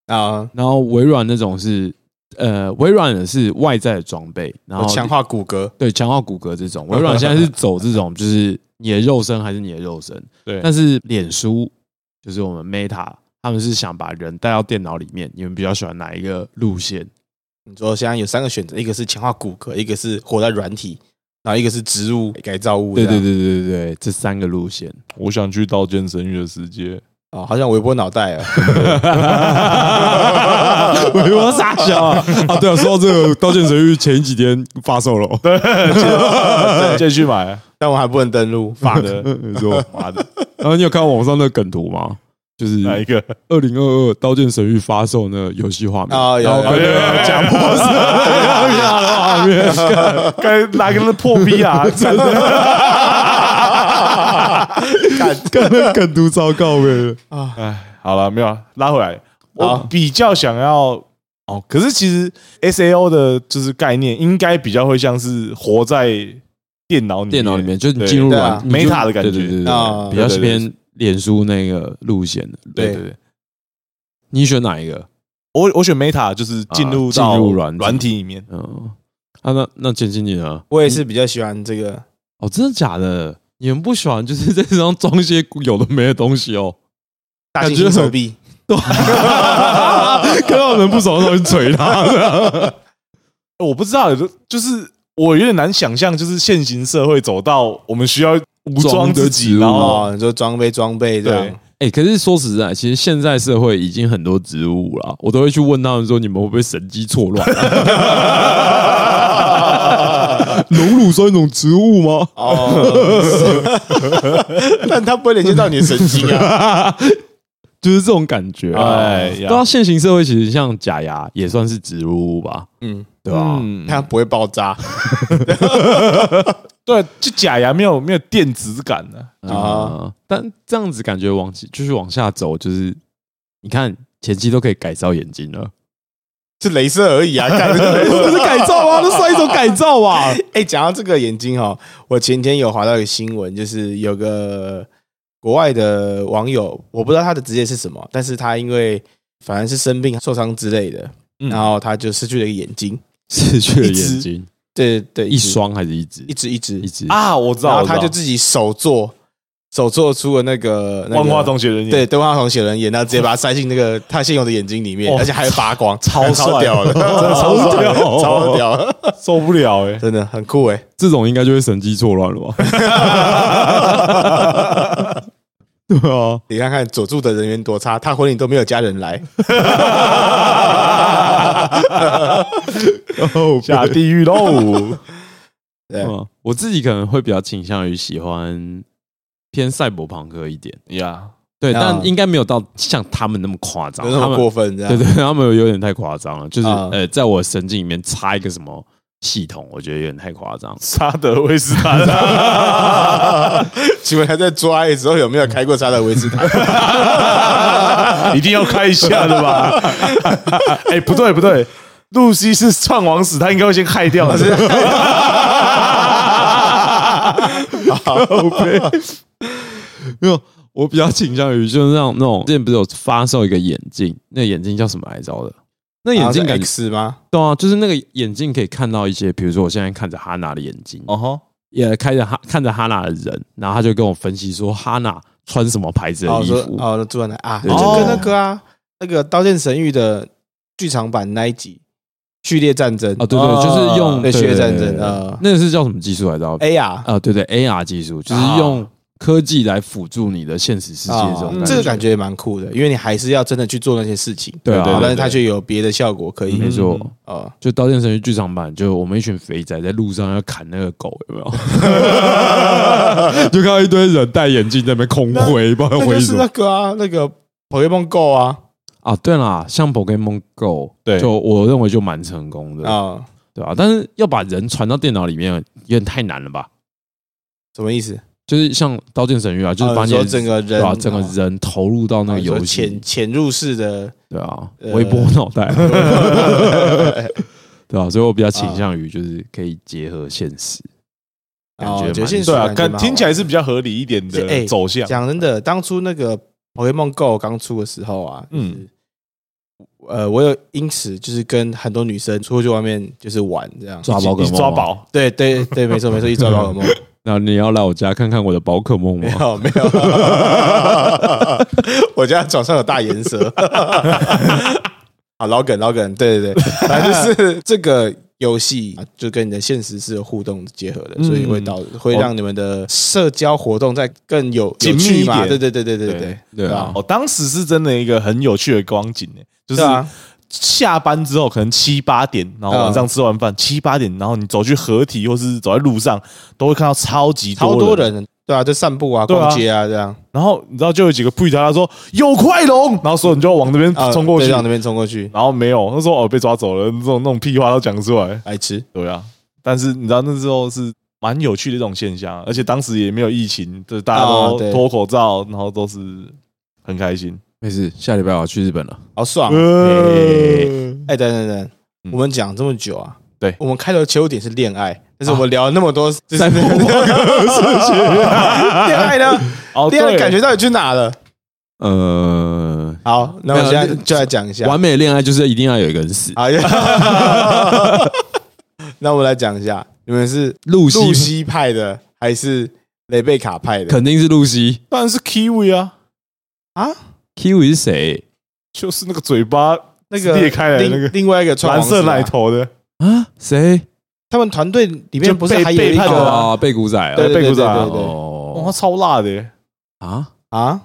啊，然后微软那种是呃，微软的是外在的装备，然我后哦强化骨骼。对强化骨骼这种，微软现在是走这种，就是你的肉身还是你的肉身，对但是脸书就是我们 Meta，他们是想把人带到电脑里面。你们比较喜欢哪一个路线？你说现在有三个选择，一个是强化骨骼，一个是活在软体，然后一个是植物改造物。对这对样对对对对，这三个路线。我想去刀剑神域的世界，哦，好像微波脑袋啊。 我我傻笑啊！啊对啊，说到这个《刀剑神域》前几天发售了，对， 再去买。但我还不能登录。法 的说妈的。然后你有看网上那个梗图吗？就是哪一个？二零二二《刀剑神域》发售那个游戏画面啊有然后有有有有加破 画面，该拿个那破逼啊！真的，干干那梗图糟糕呗。啊哎，好了，没有啊拉回来。我好比较想要哦，可是其实 S A O 的就是概念，应该比较会像是活在电脑里面嗯电脑里面就是你对进入对啊软你就 Meta 的感对觉对对对啊对，比较对对对偏脸书那个路线的。对对，你选哪一个？我我选 Meta 就是进入啊到进入软体软体里面，嗯，啊，那那简经你呢？我也是比较喜欢这个，哦，真的假的？你们不喜欢就是在身上装一些有的没的东西 哦？大猩感觉猩很手臂。对，看到人不爽的时候就捶 他。我不知道，就就是我有点难想象，就是现行社会走到我们需要武装自装的植己，物然后哦，你说装备装备这对样。，哎、可是说实在，其实现在社会已经很多植物了，我都会去问他们说，你们会不会神机错乱、 啊？ 龙乳算一种植物吗？哦， 但他不会连接到你的神经啊。 就是这种感觉、啊。哎呀对啊，现行社会其实像假牙也算是植入物吧，嗯，对吧、啊嗯它不会爆炸对，啊就假牙没有没有电子感的、啊，啊。啊，但这样子感觉往就是往下走，就是你看前期都可以改造眼睛了，是镭射而已 啊，干这这是改造吗？这算一种改造吧？哎，讲到这个眼睛哦，我前天有划到一个新闻，就是有个国外的网友，我不知道他的职业是什么，但是他因为反正是生病、受伤之类的，嗯然后他就失去了一个眼睛，失去了一只眼睛，对对，一只双还是一只一？只一只一，只啊，我知然道，后我知他道就自己手做手做出了那个万花，那个筒写人眼，对，对，万花筒写人眼，然后直接把它塞进那个他现有的眼睛里面，哇而且还会发光，超帅超屌 的，真的超超屌屌，超屌，受不了哎、真的很酷哎。这种应该就会神机错乱了吧？对啊，你看看佐助的人缘多差，他婚礼都没有家人来。 下地狱喽！对，嗯我自己可能会比较倾向于喜欢偏赛博朋克一点，呀，对，啊但应该没有到像他们那么夸张，有那他么们过分这样？对对，他们有点太夸张了，就是、啊呃，在我神经里面插一个什么系统，我觉得有点太夸张。沙德威斯坦啊，请问他在做爱的时候有没有开过沙的维斯坦？ 一定要开一下的吧？ 哎、不对不对，露西是创王史，他应该会先害掉的。 没有，我比较倾向于就是像那种之前不是有发售一个眼镜，那眼镜叫什么来着的？那眼镜啊感觉、是 X 吗？对啊，就是那个眼镜可以看到一些，比如说我现在看着哈娜的眼睛，哦吼，也看着哈看着哈娜的人，然后他就跟我分析说哈娜穿什么牌子哦，的衣说服，哦，那朱安的啊，就对对跟对那个啊，那个《刀剑神域》的剧场版那一集序列战争哦，对对，哦就是用对对血战对争对对啊那个是叫什么技术来着？ ，A 呀，啊，对对，AR 技术就是啊用科技来辅助你的现实世界这种啊感这个觉，感觉也蛮酷的，因为你还是要真的去做那些事情，对啊然对后对但是它对却有别的效果可以没错嗯。哦，就《刀剑神域》剧场版，就我们一群肥仔在路上要砍那个狗，有没 有？就看到一堆人戴眼镜在那边空挥，不知道 那挥就是什那么个啊，那个 Pokemon Go 啊啊。对啦，像 Pokemon Go，对就我认为就蛮成功的，啊，对啊，但是要把人传到电脑里面，有点太难了吧？什么意思？就是像《刀剑神域》啊，就是啊把你说的整个人对啊，整个人投入到那啊个你说游戏潜，潜入式 的，对啊，呃微波脑 袋。对啊，所以我比较倾向于就是可以结合现实，感觉哦蛮觉得现实对啊，感觉看蛮好听起来是比较合理一点是哎的走向。讲真的，当初那个 Pokemon Go 刚出的时候啊，嗯嗯，呃，我有因此就是跟很多女生出去外面就是玩这样，抓宝可你梦。抓，宝，对对对，没错没错，一抓宝可梦，那你要来我家看看我的宝可梦没吗？有哦没有， 我家床上有大岩蛇， 啊，老梗老梗，对对对，反正就是这个。游戏啊就跟你的现实是有互动结合的，嗯所以会导会让你们的社交活动再更有紧有密趣一嘛？点对对对对对对对，对啊，哦，当时是真的一个很有趣的光景诶，就是对啊，下班之后可能七八点，然后晚上吃完饭七八点，然后你走去合体或是走在路上，都会看到超级超多多。人，对啊，就散步啊、对啊逛街啊这样，然后你知道就有几个不他他说有快龙，然后所有人就往那边啊冲过去，对然让那边冲过去后没有，他说哦被抓走了，这种那种屁话都讲出来。来吃。对啊，但是你知道那时候是蛮有趣的一种现象，而且当时也没有疫情，就是大家啊都对脱口罩，然后都是很开心。没事，下礼拜我要去日 本了。好爽啊！呃哎，等等等，嗯我们讲这么久啊，对啊我们开头的切入点是恋爱，但是我们聊了那么多，就是赛博朋恋爱呢？哦，恋爱对感觉到底去哪了？呃，好，那我没有现在那就来讲一下。完美的恋爱就是一定要有一个人死。好， 那我们来讲一下，你们是露西露西派的还是雷贝卡派的？肯定是露西当然是 Kiwi 啊，啊， ，Kiwi 是谁就是那个嘴巴那个裂开来的那另个另外一个穿蓝黄色色啊奶，头的，啊？谁？他们团队里就面不是被还有一背叛的个啊哦，贝古仔啊，对对被对鼓对掌对对哇，哦超辣的耶！啊，啊？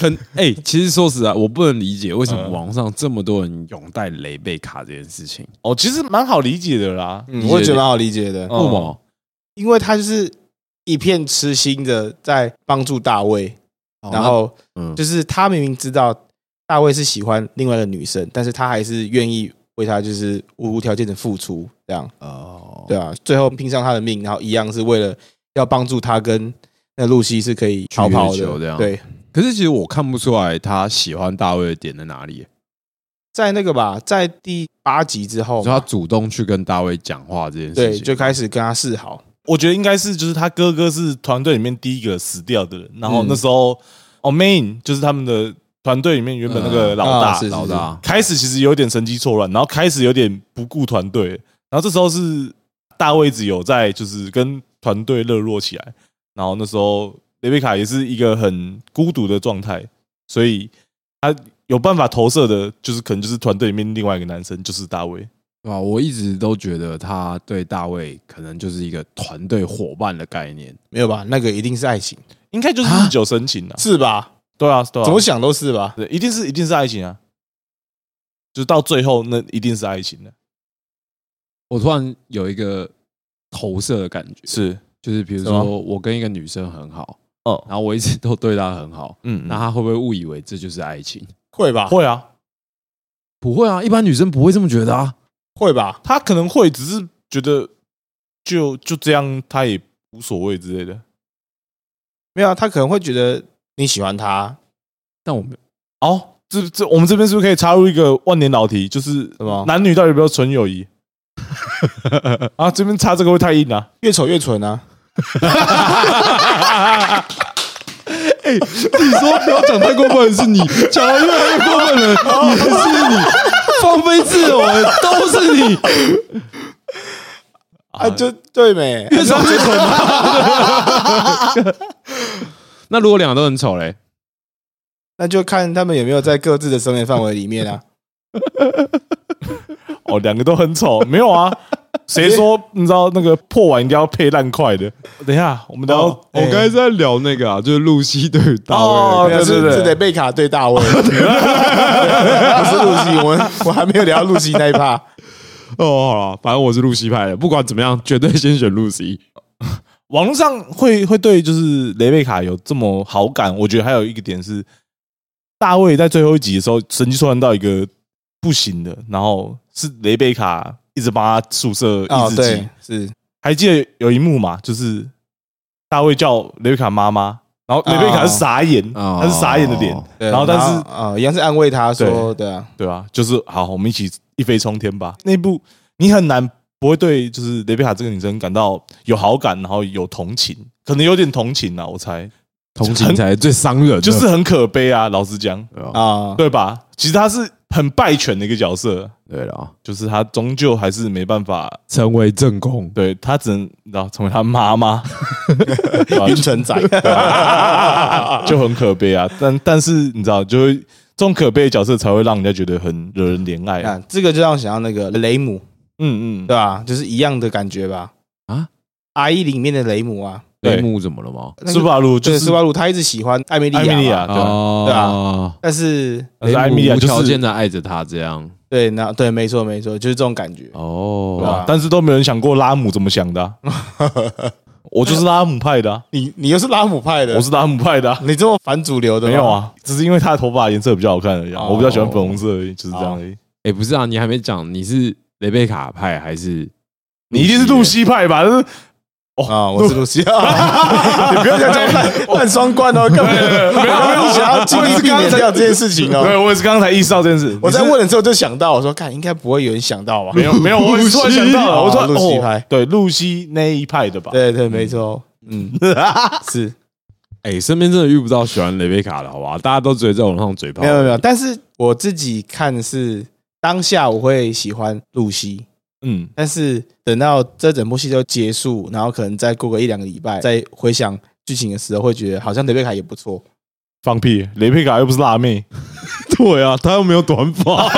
很哎、其实说实在，我不能理解为什么嗯网上这么多人拥戴雷贝卡这件事情。哦，其实蛮好理解的啦。嗯，我也觉得蛮好理解的，嗯为什么？因为他就是一片痴心的在帮助大卫，然后嗯，就是他明明知道大卫是喜欢另外一个女生，但是他还是愿意为她就是无条件的付出，这样哦，对啊，最后拼上他的命，然后一样是为了要帮助他跟那露西是可以逃跑去月球这的，样对，可是其实我看不出来他喜欢大卫的点在哪里。在那个吧，在第八集之后你说他嘛，主动去跟大卫讲话这件事对，情，就开始跟他示好，我觉得应该是就是他哥哥是团队里面第一个死掉的人，然后那时候、哦，Main 就是他们的团队里面原本那嗯个老大，啊是老大开始其实有点神机错乱，然后开始有点不顾团队，然后这时候是大卫只有在就是跟团队热络起来，然后那时候雷贝卡也是一个很孤独的状态，所以他有办法投射的，就是可能就是团队里面另外一个男生就是大卫，对吧？我一直都觉得他对大卫可能就是一个团队伙伴的概念。没有吧？那个一定是爱情，应该就是啊日久生情啊，是吧？对啊，对啊，怎么想都是吧。对，一定是一定是爱情啊，就是到最后那一定是爱情的、我突然有一个投射的感觉，是，就是比如什说么我跟一个女生很好，哦，然后我一直都对她很好，嗯，那她会不会误以为这就是爱情？会吧，会啊，不会啊，一般女生不会这么觉得啊。会吧，他可能会只是觉得就就这样，他也无所谓之类的。没有啊，他可能会觉得你喜欢他，但我没有哦，这这我们这边是不是可以插入一个万年老题，就是什么男女到底有没有纯友 谊？啊，这边插这个会太硬啊！越丑越蠢啊！ 你说不要讲太过分的是你，讲的越来越过分 了，也是你，放飞自我的都是你，啊，就对没？越丑越丑吗？ 那如果两个都很丑嘞？ 那就看他们有没有在各自的审美范围里面啊。 哦，两个都很丑，没有 啊？谁说你知道那个破碗一定要配烂块的？哎等一下，我们聊哦我刚才在聊那个啊，就是露西对啊于大哦卫的对感对觉，对是得贝卡 对大卫，不是露西，我们我还没有聊到露西 那一趴。哦，好了，反正我是露西派的，不管怎么样，绝对先选露西。网络上会会对就是雷贝卡有这么好感，我觉得还有一个点是，大卫在最后一集的时候神经错乱到一个不行的，然后是雷贝卡一直帮他宿舍啊，抑制剂对，，是还记得有一幕嘛，就是大卫叫雷贝卡妈妈，然后雷贝卡是傻眼，哦他是傻眼的脸，对然后但是啊，一样是安慰他说，对啊，对啊，就是好，我们一起一飞冲天吧。那一部你很难不会对就是雷贝卡这个女生感到有好感，然后有同情，可能有点同情啊，我猜。同情才是最伤人的，就是很可悲啊，老实讲，对啊啊，对吧？其实他是很败犬的一个角色，对了啊，就是他终究还是没办法，成为正宫。对他只能你知道成为他妈妈，对吧啊云城仔， 就很可悲啊。但但是你知道，就会这种可悲的角色才会让人家觉得很惹人怜爱啊。啊，这个就让我想到那个雷姆，嗯嗯，对啊吧？就是一样的感觉吧。啊，阿姨里面的雷姆啊，对雷姆怎么了吗？那个斯巴鲁就对，斯是巴鲁他一直喜欢艾米莉艾亚米莉嘛，亚，对啊，对对啊，但是但是艾雷姆米莉亚哦无就条件是的爱着他这样对，那对，没错，没错，就是这种感觉。对哦啊，但是都没有人想过拉姆怎么想的啊。我就是拉姆派的啊，你你又是拉姆派的，我是拉姆派的啊。你这么反主流的吗没有？啊，只是因为他的头发颜色比较好看而已啊、哦我比较喜欢粉红色而已，就是这样而已。哎，不是啊，你还没讲你是雷贝卡派还是你一定是露西派吧？就是啊，我是露西，啊 你不要讲讲烂烂双关哦，根本没有想要尽力避免掉这件事情对，哦。我也是刚才意识到这件事。我在你是问的时候就想到，我说看应该不会有人想到吧？ 没有没有，我也是突然想到了，哦我突然露西派哦对露西那一派的吧？对对，没错，嗯， 是哎，身边真的遇不到喜欢雷贝卡的，好吧？大家都只会在网上嘴炮没。有没有没有，但是我自己看是当下我会喜欢露西，嗯，但是等到这整部戏都结束，然后可能再过个一两个礼拜，再回想剧情的时候，会觉得好像德贝卡也不错。放屁！雷佩卡又不是辣妹， 对啊，他又没有短 发，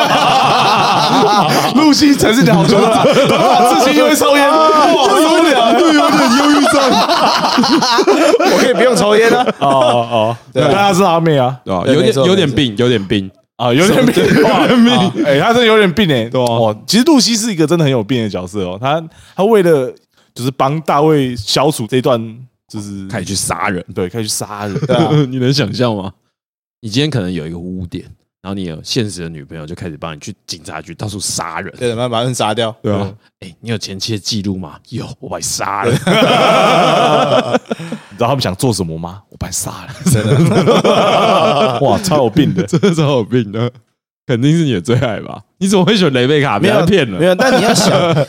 露西才是你的好兄 弟，短发刺青又会抽 烟，受不了， 有点忧郁症。我可以不用抽烟 啊。哦哦，对但他是阿妹啊，对吧？对有没点错有点没错病，有点病，啊，有点病，有点啊病， 哎，他真的有点病哎，对吧？哦，其实露西是一个真的很有病的角色哦，他他为了就是帮大卫消除这段就是开始去杀人。对开始杀人， 对啊， 你能想象吗？你今天可能有一个污点，然后你有现实的女朋友就开始帮你去警察局到处杀人。对的，把把人杀掉。对啊，哎、你有前妻的记录吗？有，我把你杀 了。你知道他们想做什么吗？我把你杀了，真的，呃哇，超有病 的，真的超有病啊的，肯定是你的最爱吧？你怎么会选雷贝卡？没被有他骗没了。有。但你要想，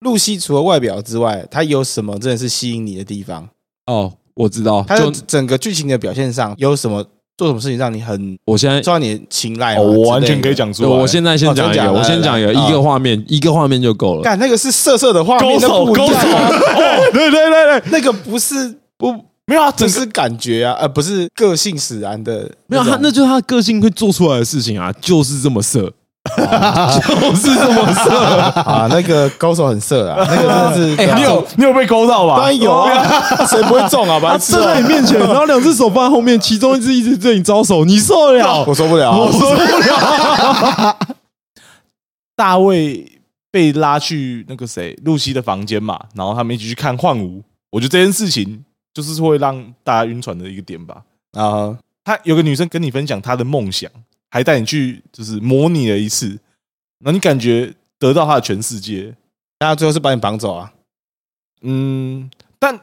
露西除了外表之外，她有什么真的是吸引你的地方？哦，我知道，她就的整个剧情的表现上有什么做什么事情让你很我现在。抓你的青睐吗？哦，我完啊之类全的可以。讲出对来，我现在先讲一哦真个，假我先来讲一个，来来一个啊画面，一个画面就够了。干那个是色色的画高面，手那不一样啊， 哦，对对对对，那个不是不没有啊，整只个是感觉啊，呃，不是个性使然的没有种。他，那就是他个性会做出来的事情啊，就是这么色， 就是这么色。 啊，那个高手很色啊，那个真的是哎对啊你有你有被勾到吧？当然有啊，谁不会中啊？白他痴站啊在你面 前，然后两只手放在后面，其中一只一直对你招手，你受得了？我受不了啊，我说大卫被拉去那个谁露西的房间嘛，然后他们一起去看幻舞。我觉得这件事情就是会让大家晕船的一个点吧。啊，她有个女生跟你分享她的梦想，还带你去就是模拟了一次，那你感觉得到她的全世界。那最后是把你绑走啊，嗯，但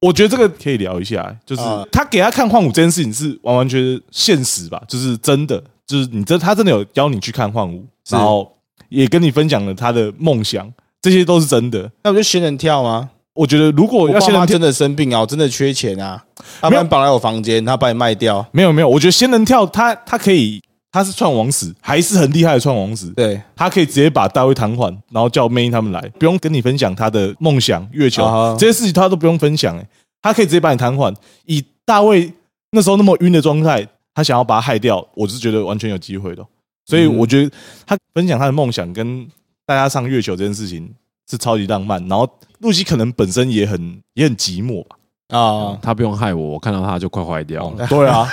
我觉得这个可以聊一下，就是啊他给他看幻舞这件事情是完完全全现实吧，就是真的，就是你真他真的有邀你去看幻舞，是然后也跟你分享了他的梦想，这些都是真的。那不就仙人跳吗？我觉得如果我要爸仙人妈跳，真的生病啊，我真的缺钱啊，他没把有你绑来我房间，他把你卖掉，没有没有，我觉得仙人跳他他可以，他是串王子，还是很厉害的串王子，对，他可以直接把大卫弹簧，然后叫 May 他们来，不用跟你分享他的梦想、月球、啊哈这些事情，他都不用分享、欸，他可以直接把你弹簧。以大卫那时候那么晕的状态，他想要把他害掉，我是觉得完全有机会的。哦所以嗯我觉得他分享他的梦想跟大家上月球这件事情是超级浪漫。然后露西可能本身也很也很寂寞吧， 啊，哦他不用害我，我看到他就快坏掉了。对啊，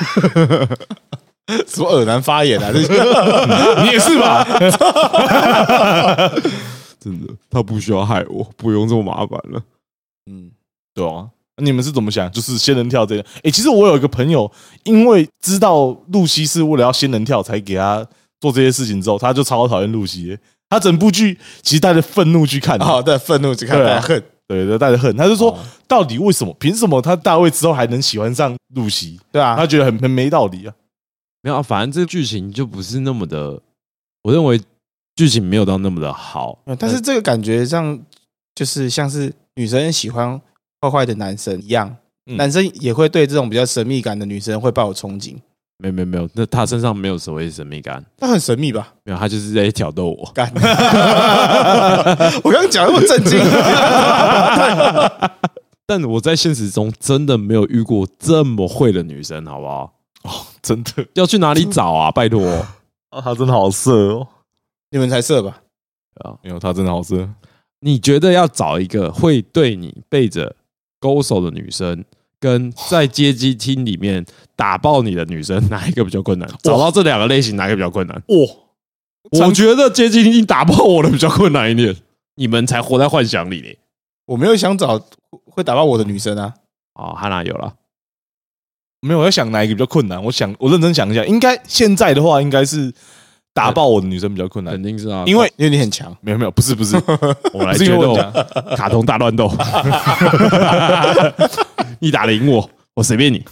什么耳男发言啊？这你也 是吧？真的，他不需要害我，不用这么麻烦了。嗯，对啊，你们是怎么想？就是仙人跳这样。诶，其实我有一个朋友，因为知道露西是为了要仙人跳才给他做这些事情之后，他就超讨厌露西的。他整部剧其实带着愤怒去看的，啊，对，愤怒只看对啊大家恨，对，就带着恨。他就说哦，到底为什么？凭什么他大卫之后还能喜欢上露西？对啊他，觉得很很没道理啊。没有啊，反正这剧情就不是那么的，我认为剧情没有到那么的好。但是这个感觉上就是像是女生喜欢坏坏的男生一样。嗯男生也会对这种比较神秘感的女生会抱有憧憬，没有没有没有，那他身上没有所谓神秘感，那很神秘吧？没有，他就是在挑逗我。干！ 我刚刚讲那么震惊，但我在现实中真的没有遇过这么会的女生，好不好？真的，要去哪里找啊？拜托。对啊他真的好色哦。你们才色吧？啊，没有，他真的好色。你觉得要找一个会对你背着勾手的女生，跟在街机厅里面打爆你的女生，哪一个比较困难？找到这两个类型，哪一个比较困难？哇、我觉得街机厅打爆我的比较困难一点，你们才活在幻想里呢。我没有想找会打爆我的女生啊，哦，哈娜有了，没有，我在想哪一个比较困难？我想，我认真想一下，应该现在的话，应该是打爆我的女生比较困难肯，定是啊，因为哦因为你很强。没有没有，不是不是，我来不是因决为我斗讲，卡通大 乱斗，你打得赢我，我随便你。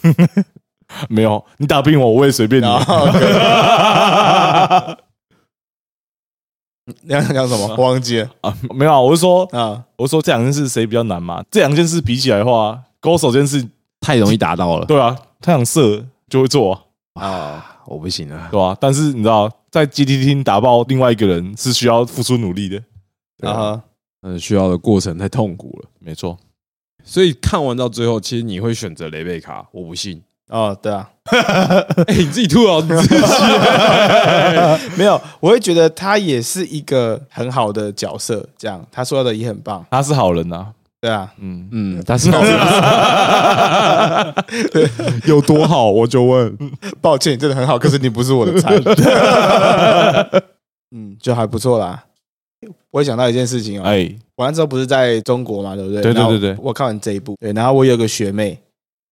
没有，你打不赢我，我也随便你。然后 你要讲什么？我忘记了啊，没有啊，我是说，啊。我是说这两件事谁比较难嘛？这两件事比起来的话，勾手这件事，太容易打到了，对啊，太想射就会做、啊，啊，我不行了。对吧、但是你知道，在 G T 厅打爆另外一个人是需要付出努力的，啊然后嗯，需要的过程太痛苦了。没错。所以看完到最后，其实你会选择雷贝卡，我不信。 哦，对啊，哎、你自己吐哦，你自己没有，我会觉得他也是一个很好的角色，这样他说的也很棒，他是好人呐，对啊，嗯，嗯，但是好 有多好，我就问，抱歉，你真的很好，可是你不是我的菜， 嗯，就还不错啦。我也想到一件事情哦，哎，我那时候不是在中国嘛，对不对？对对然后对对我看完这一部，对，然后我有个学妹，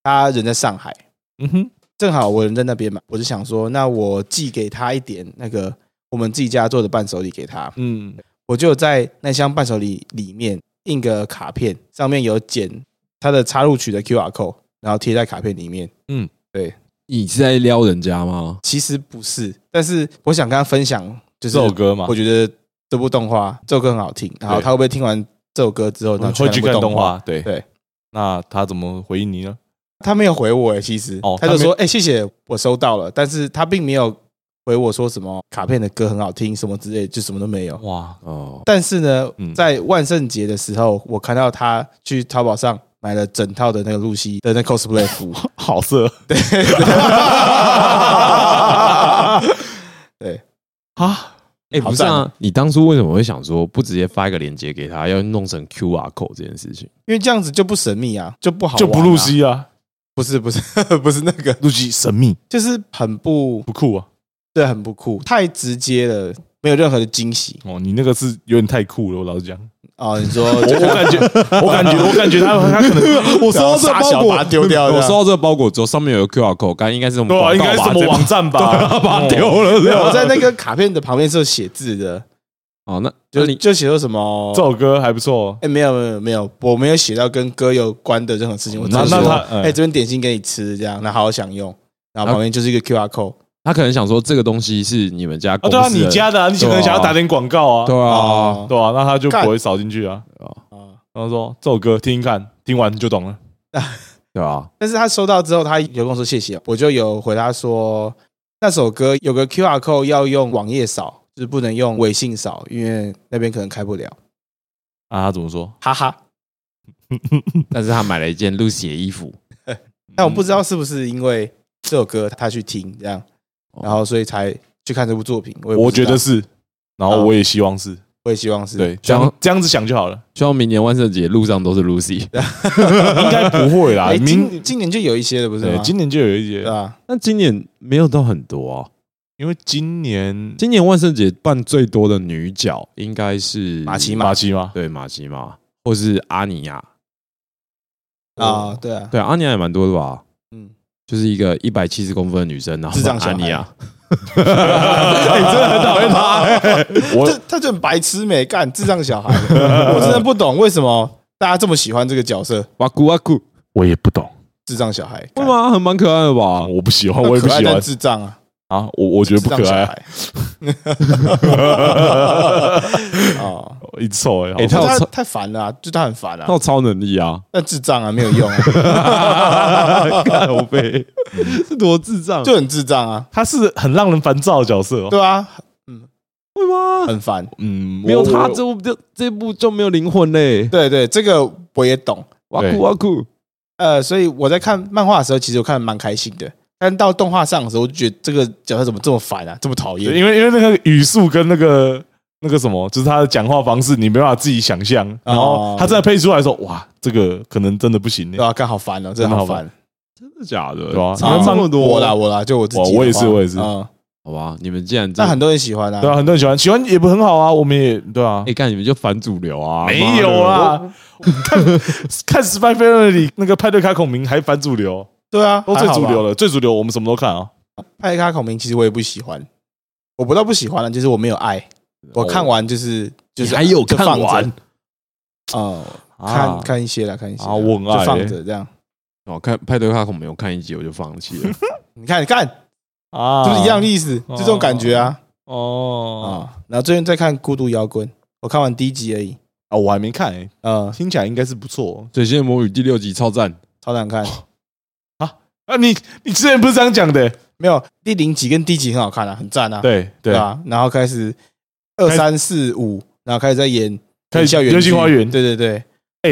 她人在上海，嗯哼，正好我人在那边嘛，我就想说，那我寄给她一点那个我们自己家做的伴手礼给她，嗯，我就在那箱伴手礼里面印个卡片，上面有剪她的插入曲的 QR code，然后贴在卡片里面。你是在撩人家吗？其实不是，但是我想跟她分享，就是这首歌嘛我，觉得这部动画这首歌很好听，然后对她会不会听完这首歌之后，然后会去看看那部动画，对对。那他怎么回应你呢？他没有回我哎，其实，哦他就说哎、谢谢，我收到了，但是他并没有回我说什么卡片的歌很好听什么之类，就什么都没有。哇，哦，但是呢，嗯在万圣节的时候，我看到他去淘宝上买了整套的那个露西的那 cosplay 服， 好色，对啊，哎、好不是赞啊，你当初为什么会想说不直接发一个链接给他，要弄成 QR code 这件事情？ 因为这样子就不神秘啊，就不好、就不露，西啊，不是不是 不是那个，露西神秘就是很不不酷啊。对，很不酷，太直接了，没有任何的惊喜哦，你那个是有点太酷了，我老实讲，哦。你说我 我感觉，我感觉，我 感觉他他可能 我收到这个包裹啊把它丢掉这我 样收到这个包裹之后，上面有个 QR code，刚应该是什么 对啊，广应告吧？该是什么网站 吧？把它丢了？没对有，吧我在那个卡片的旁边是有写字的，哦，那就就你就写说什么这首歌还不错哎、，没有没有没有，我没有写到跟歌有关的任何事情。我只那是那说他哎、嗯这边点心给你吃，这样，那好好享用。然后啊旁边就是一个 QR code，他可能想说这个东西是哦你们家公啊，司对的、啊，你家的啊，你可能想要打点广告啊，对啊，哦对啊，那他就干不会扫进去啊。啊，然后说这首歌听一看，听完就懂了。对啊，但是他收到之后，他有跟我说谢哦谢，我就有回他说，那首歌有个 QR code 要用网页扫，就是不能用微信扫，因为那边可能开不了，啊，他怎么说？哈哈。但是他买了一件 Lucy 的衣服，但我不知道是不是因为这首歌他去听这样，然后所以才去看这部作品。我也不哦我知觉道得，是，然嗯后我也希望是我也希望是对，这想样这样子想就好 了，希望明年万圣节路上都是 Lucy。应该不会啦哎，。啊明今啊今年就有一些了，不是对吗？今年就有一对些，吧？ 但今年没有到很多啊，因为今年今年万圣节办最多的女角应该是马奇马奇吗？对马奇嘛，或是阿尼亚，啊，对啊，对阿尼亚也蛮多的吧，嗯，就是一个一百七十公分的女生，然后智障小阿孩尼亚，你哎真的很讨厌他，我这他就很白痴没干，智障小孩， 我真的不懂为什么大家这么喜欢这个角色，哇酷哇酷，我也不懂，智障小 孩，为嘛很蛮可爱的吧？啊我不喜欢，干？我也不喜可爱欢但智障啊，啊，我我觉得不智可障小爱啊， 孩。 哦，一直臭哎，好哎他他有他超太烦了啊，就他很烦他啊有，超能力啊！但智障啊没有用啊， 看我呗，是多智障，就很智障啊，他是很让人烦躁的角嗯色哦。对啊，会吗？很烦。嗯，没有我他我这部就这部就没有灵魂嘞！对对，这个我也懂。哇啊对酷哇酷，呃，所以我在看漫画的时候，其实我看的蛮开心的。但到动画上的时候，我就觉得这个角色怎么这么烦啊，这么讨对厌因为因为那个语速跟那个那个什么，就是他的讲话方式，你没办法自己想象。然后他真的配出来说，哇，这个可能真的不行、欸，对啊，干好烦哦，真的好烦。啊真的假的？对吧、差因为这漫么多，我啦我啦，就我自己的话，我我也是我也是嗯，好吧，你们既然这但很多人喜欢啊，对啊，很多人喜欢，喜欢也不很好啊，我们也对啊哎，，看你们就反主流啊！哎没有啊，啊，看看《s p y f a m i l 里那个派对卡孔明还反主流，对啊，都最主流了。了，最主流我们什么都看啊，派卡孔明其实我也不喜欢，我不到不喜欢啊了，就是我没有爱，哦我看完就是就是你还有就放着看完，哦，啊看看一些了，看一些啦啊我很爱就放欸着这样。哦，看派对卡孔没有看一集我就放弃了。 你看，你看，是啊，不是一样的意思？就这种感觉啊哦啊！然后最近在看《孤独摇滚》，我看完第一集而已，啊，我还没看、欸，嗯，听起来应该是不错哦、水星的魔语第六集超赞，超难看。啊，你你之前不是这样讲的、没有第零集跟第一集很好看啊，很赞啊，对对对啊，然后开始二开始三四五，然后开始在演开始校园流星剧花园对对对，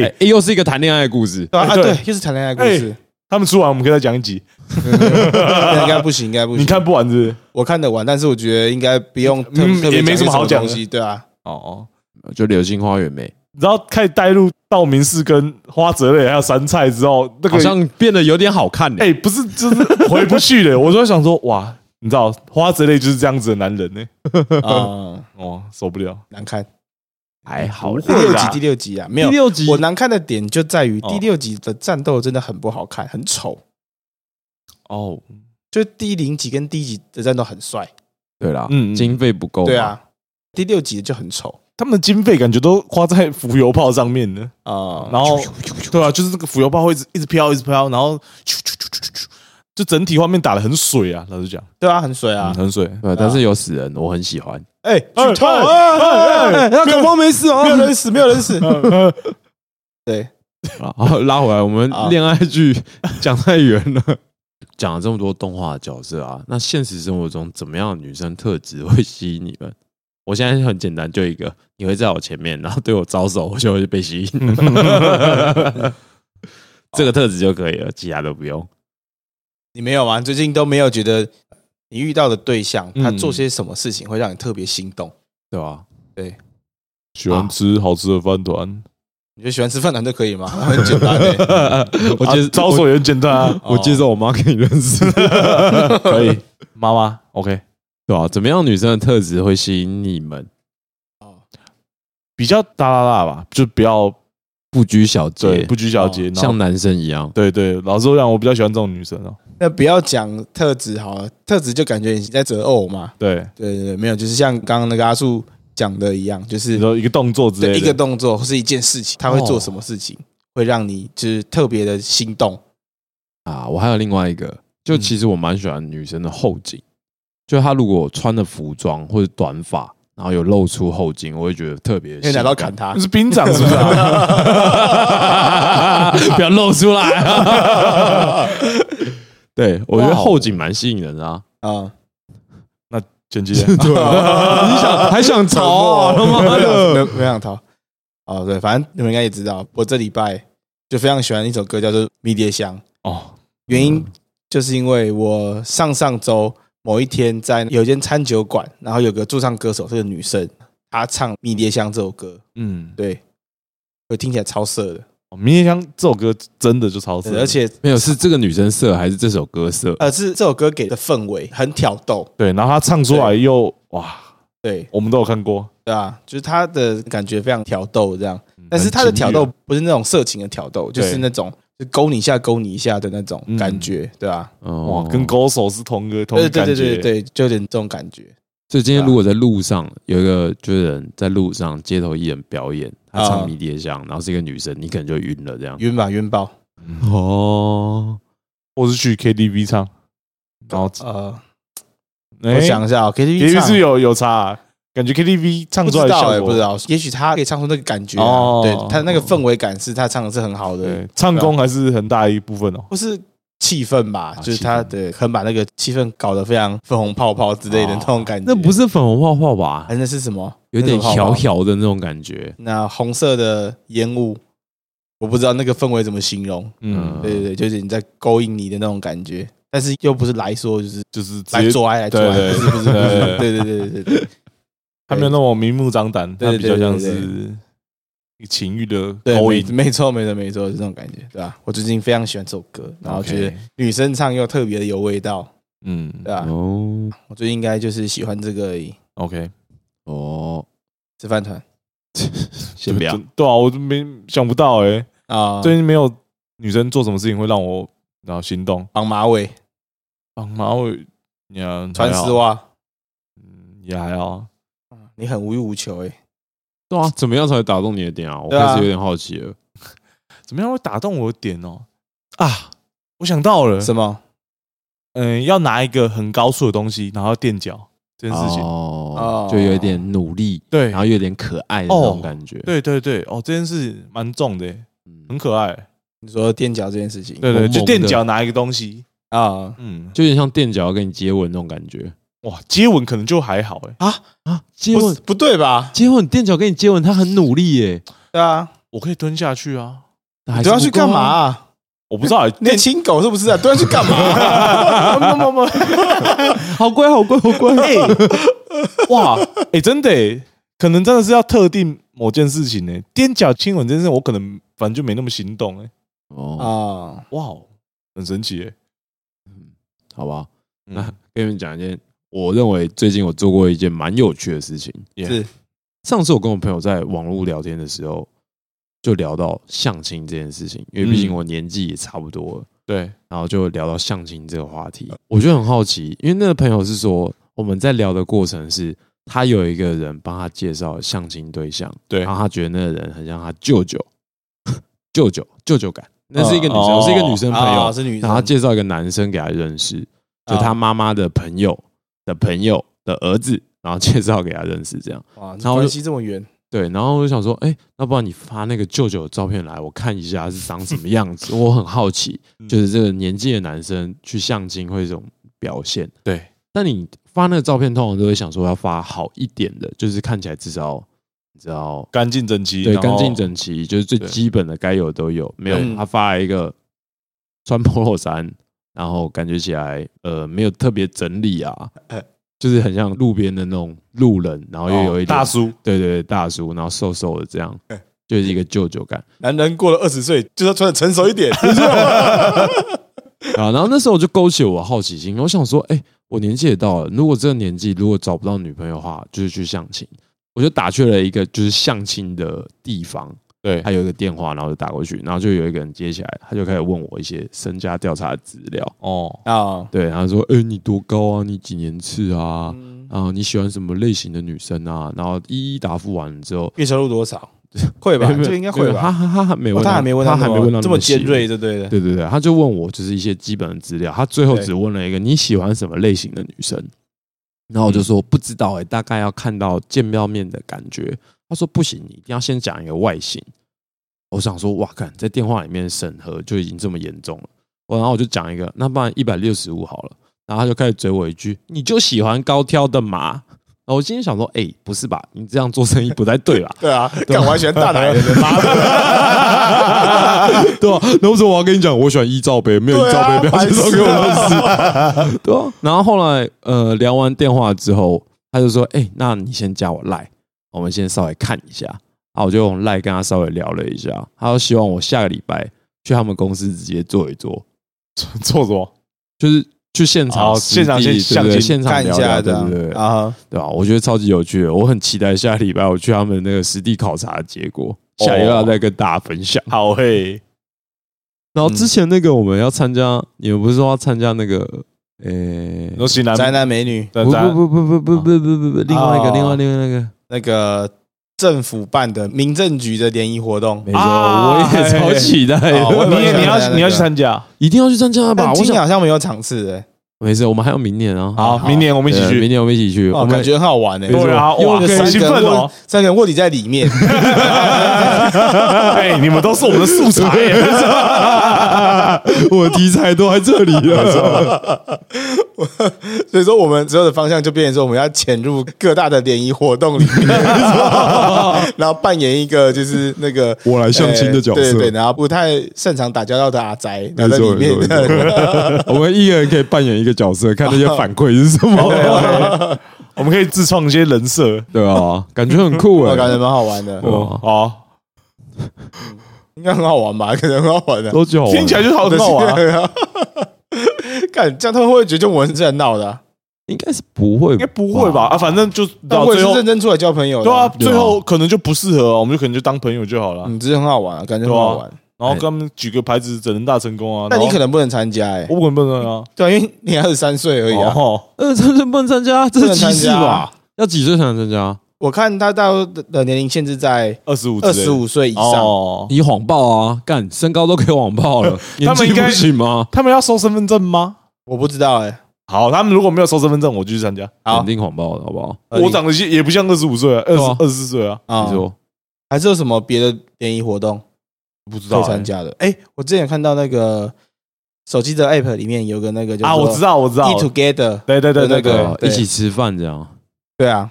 哎，又是一个谈恋爱的故事。对啊哎啊，对对，又是谈恋爱的故事，他们出完我们可以再讲一集， 应该不行，应该不行。哎你看不完是不是？我看得完，但是我觉得应该不用特嗯特别也没什什么好讲东的西，对啊。哦哦，就流星花园没，然后开始带入道明寺跟花泽类还有山菜之后，那好个像变得有点好看欸呢、哎、不是，就是回不去了。我就想说，哇，你知道花泽类就是这样子的男人呢、啊，哦，受不了。难看。还好不啦第 会啦，六集第六集啊，没第有。六集我难看的点就在于哦第六集的战斗真的很不好看，很丑。哦，就第零集跟第一集的战斗很帅，对啦，嗯嗯经费不够，对，啊。第六集就很丑他们的经费感觉都花在浮游炮上面呢。啊，然后，对啊，就是这个浮游炮会一直一直飘，一直飘，然后咻咻咻咻咻就整体画面打的很水啊。老实讲，对啊，很水啊嗯。很 水。对，但是有死人，我很喜欢。哎，剧透！哎哎哎哎哎哎那狗猫没事 哦，没有人死，没有人死。对， 好，拉回来，我们好恋爱剧讲太远了， 讲了这么多动画的角色啊，那现实生活中怎么样的女生特质会吸引你们？我现在很简单，就一个，你会在我前面，然后对我招手，我就会被吸引。 这个特质就可以了，其他都不用。你没有吗？最近都没有觉得你遇到的对象，他嗯做些什么事情会让你特别心动？对吧？喜欢吃好吃的饭团，你就喜欢吃饭团就可 以吗？很简单欸我啊接受招手也很简单啊。我接受我妈给你认识，哦可 以，妈妈，OK。 对吧、怎么样女生的特质会吸引你们？比较大啦啦吧，就不要不拘小对节，不啊拘小节，哦然后像男生一样。对对，老实讲，我比较喜欢这种女生哦。那不要讲特质好了，特质就感觉你在择偶嘛。对，对对对，没有，就是像刚刚那个阿树讲的一样，就你是说一个动作之类对的，哦一个动作或是一件事情，他会做什么事情，会让你就是特别的心动。啊，我还有另外一个，嗯就其实我蛮喜欢女生的后颈，就她如果穿的服装或者短发，然后有露出后颈，我会觉得特别因为性拿刀感。砍 他你，是兵长是不是 啊？ 不要露出 来。对，我哦觉得后颈蛮吸引人的啊。啊，前期 你想还想逃哦啊？他妈的！ 没有没有想逃。哦，对，反正你们应该也知道，我这礼拜就非常喜欢一首歌，叫做《迷迭香》。哦，原因就是因为我上上周某一天在有一间餐酒馆，然后有个驻唱歌手是个女生，她唱《迷迭香》这首歌，嗯，对，就听起来超色的，哦迷迭香这首歌真的就超色，而且 没有，是这个女生色还是这首歌色？呃是这首歌给的氛围很挑逗，对，然后她唱出来又哇，对我们都有看过，对啊，就是她的感觉非常挑逗这样，嗯但是她的很情挑欲逗啊不是那种色情的挑逗，就是对那种就勾你一下勾你一下的那种嗯感觉，对啊，哦哇，跟勾手是同个同对个对感对觉，对对，就有点这种感觉，所以今天如果在路上有一个就是人在路上街头艺人表演，他唱迷迭香，然后是一个女生，你可能就晕了这样。晕吧晕爆，哦，或是去 KTV 唱，然后呃，我我想一下哦，KTV 也唱是有有差啊，感觉 KTV 唱不出知来的道效欸，不知果，道，也许他可以唱出那个感觉啊、哦对他那个氛围感是他唱的是很好的，对，唱功还是很大一部分哦。或是气氛吧，啊就是他气氛对，很把那个气氛搞得非常粉红泡泡之类的哦那种感觉。那不，是粉红泡泡吧还？那是什么？有点那是什么泡摇泡。摇的那种感觉。那红色的烟雾，我不知道那个氛围怎么形容。嗯嗯，对对对，就是你在勾引你的那种感觉，但是又不是来说就是就是直来接做爱来做爱，对对不是不是不是，对对对对对对对他没有那么明目张胆，对他对比较对像对对是情欲的对，勾没引。没错没错没错，就这种感觉，对吧、我最近非常喜欢这首歌，然后觉得 OK，女生唱又特别的有味道，嗯对啊吧、哦我最近应该就是喜欢这个而已，OK，哦，吃饭团先不要就，对啊，我都没想不到哎，啊，最近没有女生做什么事情会让我然后心动，啊绑马尾、绑马尾，你啊穿丝，袜，啊嗯也还好，你很无欲无求哎、对啊，怎么样才会打动你的点啊？我对啊开始有点好奇了。怎么样会打动我的点哦？啊，我想到了，什么？嗯，要拿一个很高速的东西，然后垫脚这件事情，哦，就有一点努力，对然，后有点可爱的那种感觉。，对对对，哦，这件事蛮重的欸，嗯很可爱欸，你说垫脚这件事情对萌对，萌就垫的脚拿一个东西，啊嗯，就有点像垫脚要跟你接吻那种感觉哇，接吻可能就还好哎。啊！接不吻是，不对吧？接吻，垫脚跟你接吻，他很努力耶。对啊，我可以蹲下去啊，还是主要去不够啊 干嘛、啊？我不知道欸，那亲狗是 不是啊？蹲下去干啊嘛？不不不不，好乖，好乖，好乖！哎哇，哎、真的、欸，可能真的是要特定某件事情呢、踮脚亲吻这件事，我可能反正就没那么心动哎、哦，啊，哇哦，很神奇哎、嗯好吧，那嗯跟你们讲一件，我认为最近我做过一件蛮有趣的事情。 Yeah 是上次我跟我朋友在网络聊天的时候，就聊到相亲这件事情，因为毕竟嗯我年纪也差不多了，对，然后就聊到相亲这个话题。我就很好奇，因为那个朋友是说我们在聊的过程是，他有一个人帮他介绍相亲对象，对然后他觉得那个人很像他舅舅， 舅舅舅舅感，那是一个女生，哦是一个女生朋友，啊是女然后他生，啊介绍一个男生给他认识，就他妈妈的朋友的朋友的儿子，然后介绍给他认识，这样哇，然后我就关系这么远，对。然后我就想说，哎、要不然你发那个舅舅的照片来，我看一下是长什么样 子，我很好奇，嗯就是这个年纪的男生去相亲会有这种表现。对，但你发那个照片，通常都会想说要发好一点的，就是看起来至少你知道干净整齐，对，然后干净，整齐，就是最对基本的该有的都有。没有嗯他发了一个穿 polo 衫， 然后感觉起来呃没有特别整理 啊哎，就是很像路边的那种路人，然后又有一点、哦大，叔，对对对大叔，然后瘦瘦的这样哎，就是一个舅舅感。男人过了二十岁，就是要穿的成熟 一点，啊，然后那时候我就勾起我的好奇心，我想说，哎、我年纪也到了，如果这个年纪如果找不到女朋友的话，就是去相亲。我就打去了一个就是相亲的地方，对他有一个电话，然后就打过去，然后就有一个人接起来，他就开始问我一些身家调查的资料，哦，啊，对，然后说，哎、你多高啊？你几年次啊？嗯啊，你喜欢什么类型的女生啊？然后一一答复完之后，月收入多少？会吧，没有这个应该会他吧？他他没哦问到，他还没问到他那么，还没问到这那么细尖锐，就对了。对对对，他就问我就是一些基本的资料，他最后只问了一个你喜欢什么类型的女生，然后我就说不知道哎、大概要看到见到面的感觉。他说不行，你一定要先讲一个外形。我想说哇，看在电话里面审核就已经这么严重了，我然后我就讲一个，那不然一百六十五好了，然后他就开始追我一句，你就喜欢高挑的嘛。然后我心里想说，哎、不是吧？你这样做生意不太对吧？对啊，干我还喜欢大奶人的，妈的！ 对啊，然后说我要跟你讲，我喜欢一罩杯，没有一罩杯对啊不要介绍给我白痴认识。 对啊，然后后来呃聊完电话之后，他就说：“哎、那你先加我赖，我们先稍微看一下。”啊，我就用赖跟他稍微聊了一下，他就希望我下个礼拜去他们公司直接坐一坐，做什么？就是去现场哦实现场地先对不对相亲现场看一聊下聊，这对样不对？啊，对吧？我觉得超级有趣的，我很期待下礼拜我去他们那个实地考察的结果，下礼拜要再跟大家分享。好 嘿，然后之前那个我们要参加，你们不是说要参加那个，呃、你说型男宅男美女宅不男不不不不不不不不不，另外一个，哦另外另外那个，那个政府办的民政局的联谊活动，没错，啊我哎也超期待的，哦我你也也你想参加要你要去这一定要参加，个去参加吧！但我今年想好像没有场次哎，没事，我们还有明年啊，好，明年我们一起对明去，年我们一起去，我哦，感们觉很好玩哎，对啊，因为我哇，很兴奋哦，三个人卧底在里 面，哎，你们都是我们的素 材 耶， 我题材都在这里了，所以说我们之后的方向就变成说，我们要潜入各大的联谊活动里 面，然后扮演一个就是那个我来相亲的角色呃对对，然后不太擅长打交道的阿宅，然后在里面没错没 错没 我们一个人可以扮演一个角色，看那些反馈是什 么，我们可以自创一些人设，对啊，感觉很酷我感哎，觉蛮好玩的，哇嗯，哦好，应该很好玩吧？ 可能很好玩的，都久哦听起来就好很好玩啊， 啊！看这样他们会不会觉得我们是在闹的啊、应该是不会，应该不会吧？啊，反正就但到我也最是后认，真出来交朋友的、对啊，啊。最后可能就不适合啊，我们就可能就当朋友就好了啊，嗯，这很好玩、啊，感觉很好玩。然后跟他们举个牌子，整人大成功啊。那你可能能不能参加哎、我不可能不能啊，对啊，因为你还二十三岁而已啊。哦，呃，这这不能参加，这是不能歧参视加啊吧？要几岁才能参加？我看他大陆的年龄限制在二十五，二十五岁以上。哦，你谎报啊！干，身高都可以谎报了， 年他们纪应该不行吗？他们要收身份证吗？我不知道哎、好，他们如果没有收身份证，我就去参加。好肯定谎报的，好不好？合理我长得也不像二十五岁啊，二对十啊二十四岁啊，啊、你说还是有什么别的联谊活动不知可道以欸参加的？哎、我之前有看到那个手机的 app 里面有个那个啊，我知道，我知道 e，Together，对对对对对对啊，一起吃饭这样，对啊，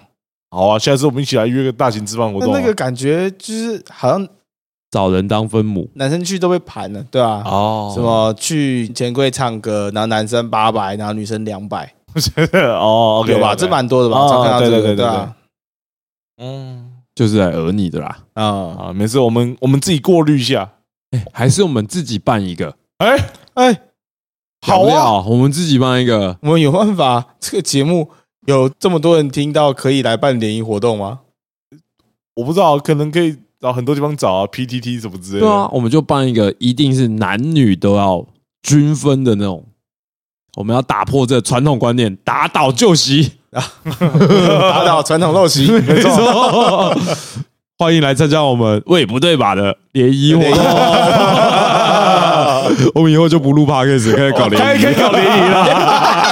好啊，下次我们一起来约个大型吃饭活那动啊。那个感觉就是好像找人当分母男生去都被盘了，对吧、 哦什？么去钱柜唱歌，然后男生八百，然后女生两百， 哦，OK，有吧？ OK 这蛮多的吧？哦我常看到对这个，啊对对对吧？嗯，就是来讹你的 啦。啊，啊，没事，我们我们自己过滤一下。还是我们自己办一个？哎，哎，好要不啊，要，我们自己办一个。我们有办法这个节目有这么多人听到，可以来办联谊活动吗？ 我不知道，可能可以找很多地方找啊，PTT 什么之类的。对哦啊，我们就办一个，一定是男女都要均分的那种。我们要打破这传统观念，打倒旧习。打倒传统陋习，没错，欢迎来参加我们喂不对吧的联谊活动。 我们以后就不录 podcast，开始搞联谊，可以可以搞联谊了。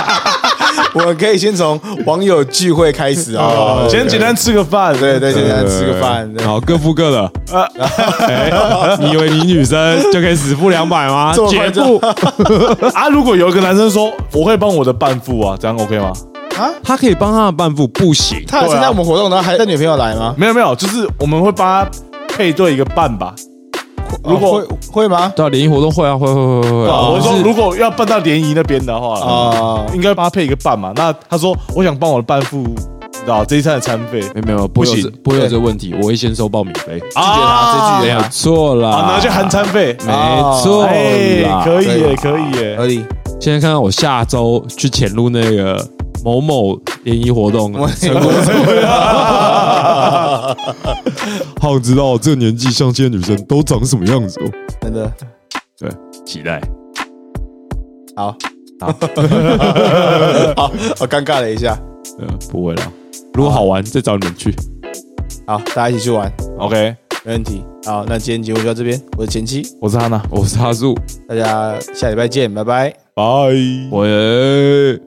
我可以先从网友聚会开始啊哦，，先简单吃个饭，对对，简单吃个饭，对好，各付各的。 哎你以为你女生就可以死付两百吗？这么快姐就夫， 啊，如果有一个男生说我会帮我的伴妇啊，这样 OK 吗？啊，他啊可以帮他的伴夫，不行。他有参加我们活动，然后还带女朋友来吗？没有没有，就是我们会帮他配对一个伴吧。如果哦会会吗？对啊，联谊活动会啊，会会会会会。啊，我就说是哦如果要办到联谊那边的嗯话，啊，啊，应该帮他配一个伴嘛。那他说我想帮我的伴付，你知道这一餐的餐费没有没有，不会有不行这不会有这问题，我会先收报名费。他没拒绝有他错啦，啊，然后就含餐费。没错哎，啦。哎可以可以耶，可以耶。合理。现在看看我下周去潜入那个某某联谊活动，啊 我成果怎么样？ 好知道这个年纪相亲的女生都长什么样子哦。真的对，期待。好，好， 好，我尴尬了一下。嗯，不会啦。如果好玩，再找你们去。好，大家一起去玩， OK，没问题。好，那今天节目就到这边，我是前妻，我是哈娜，我是阿树，大家下礼拜见，拜拜。拜。喂。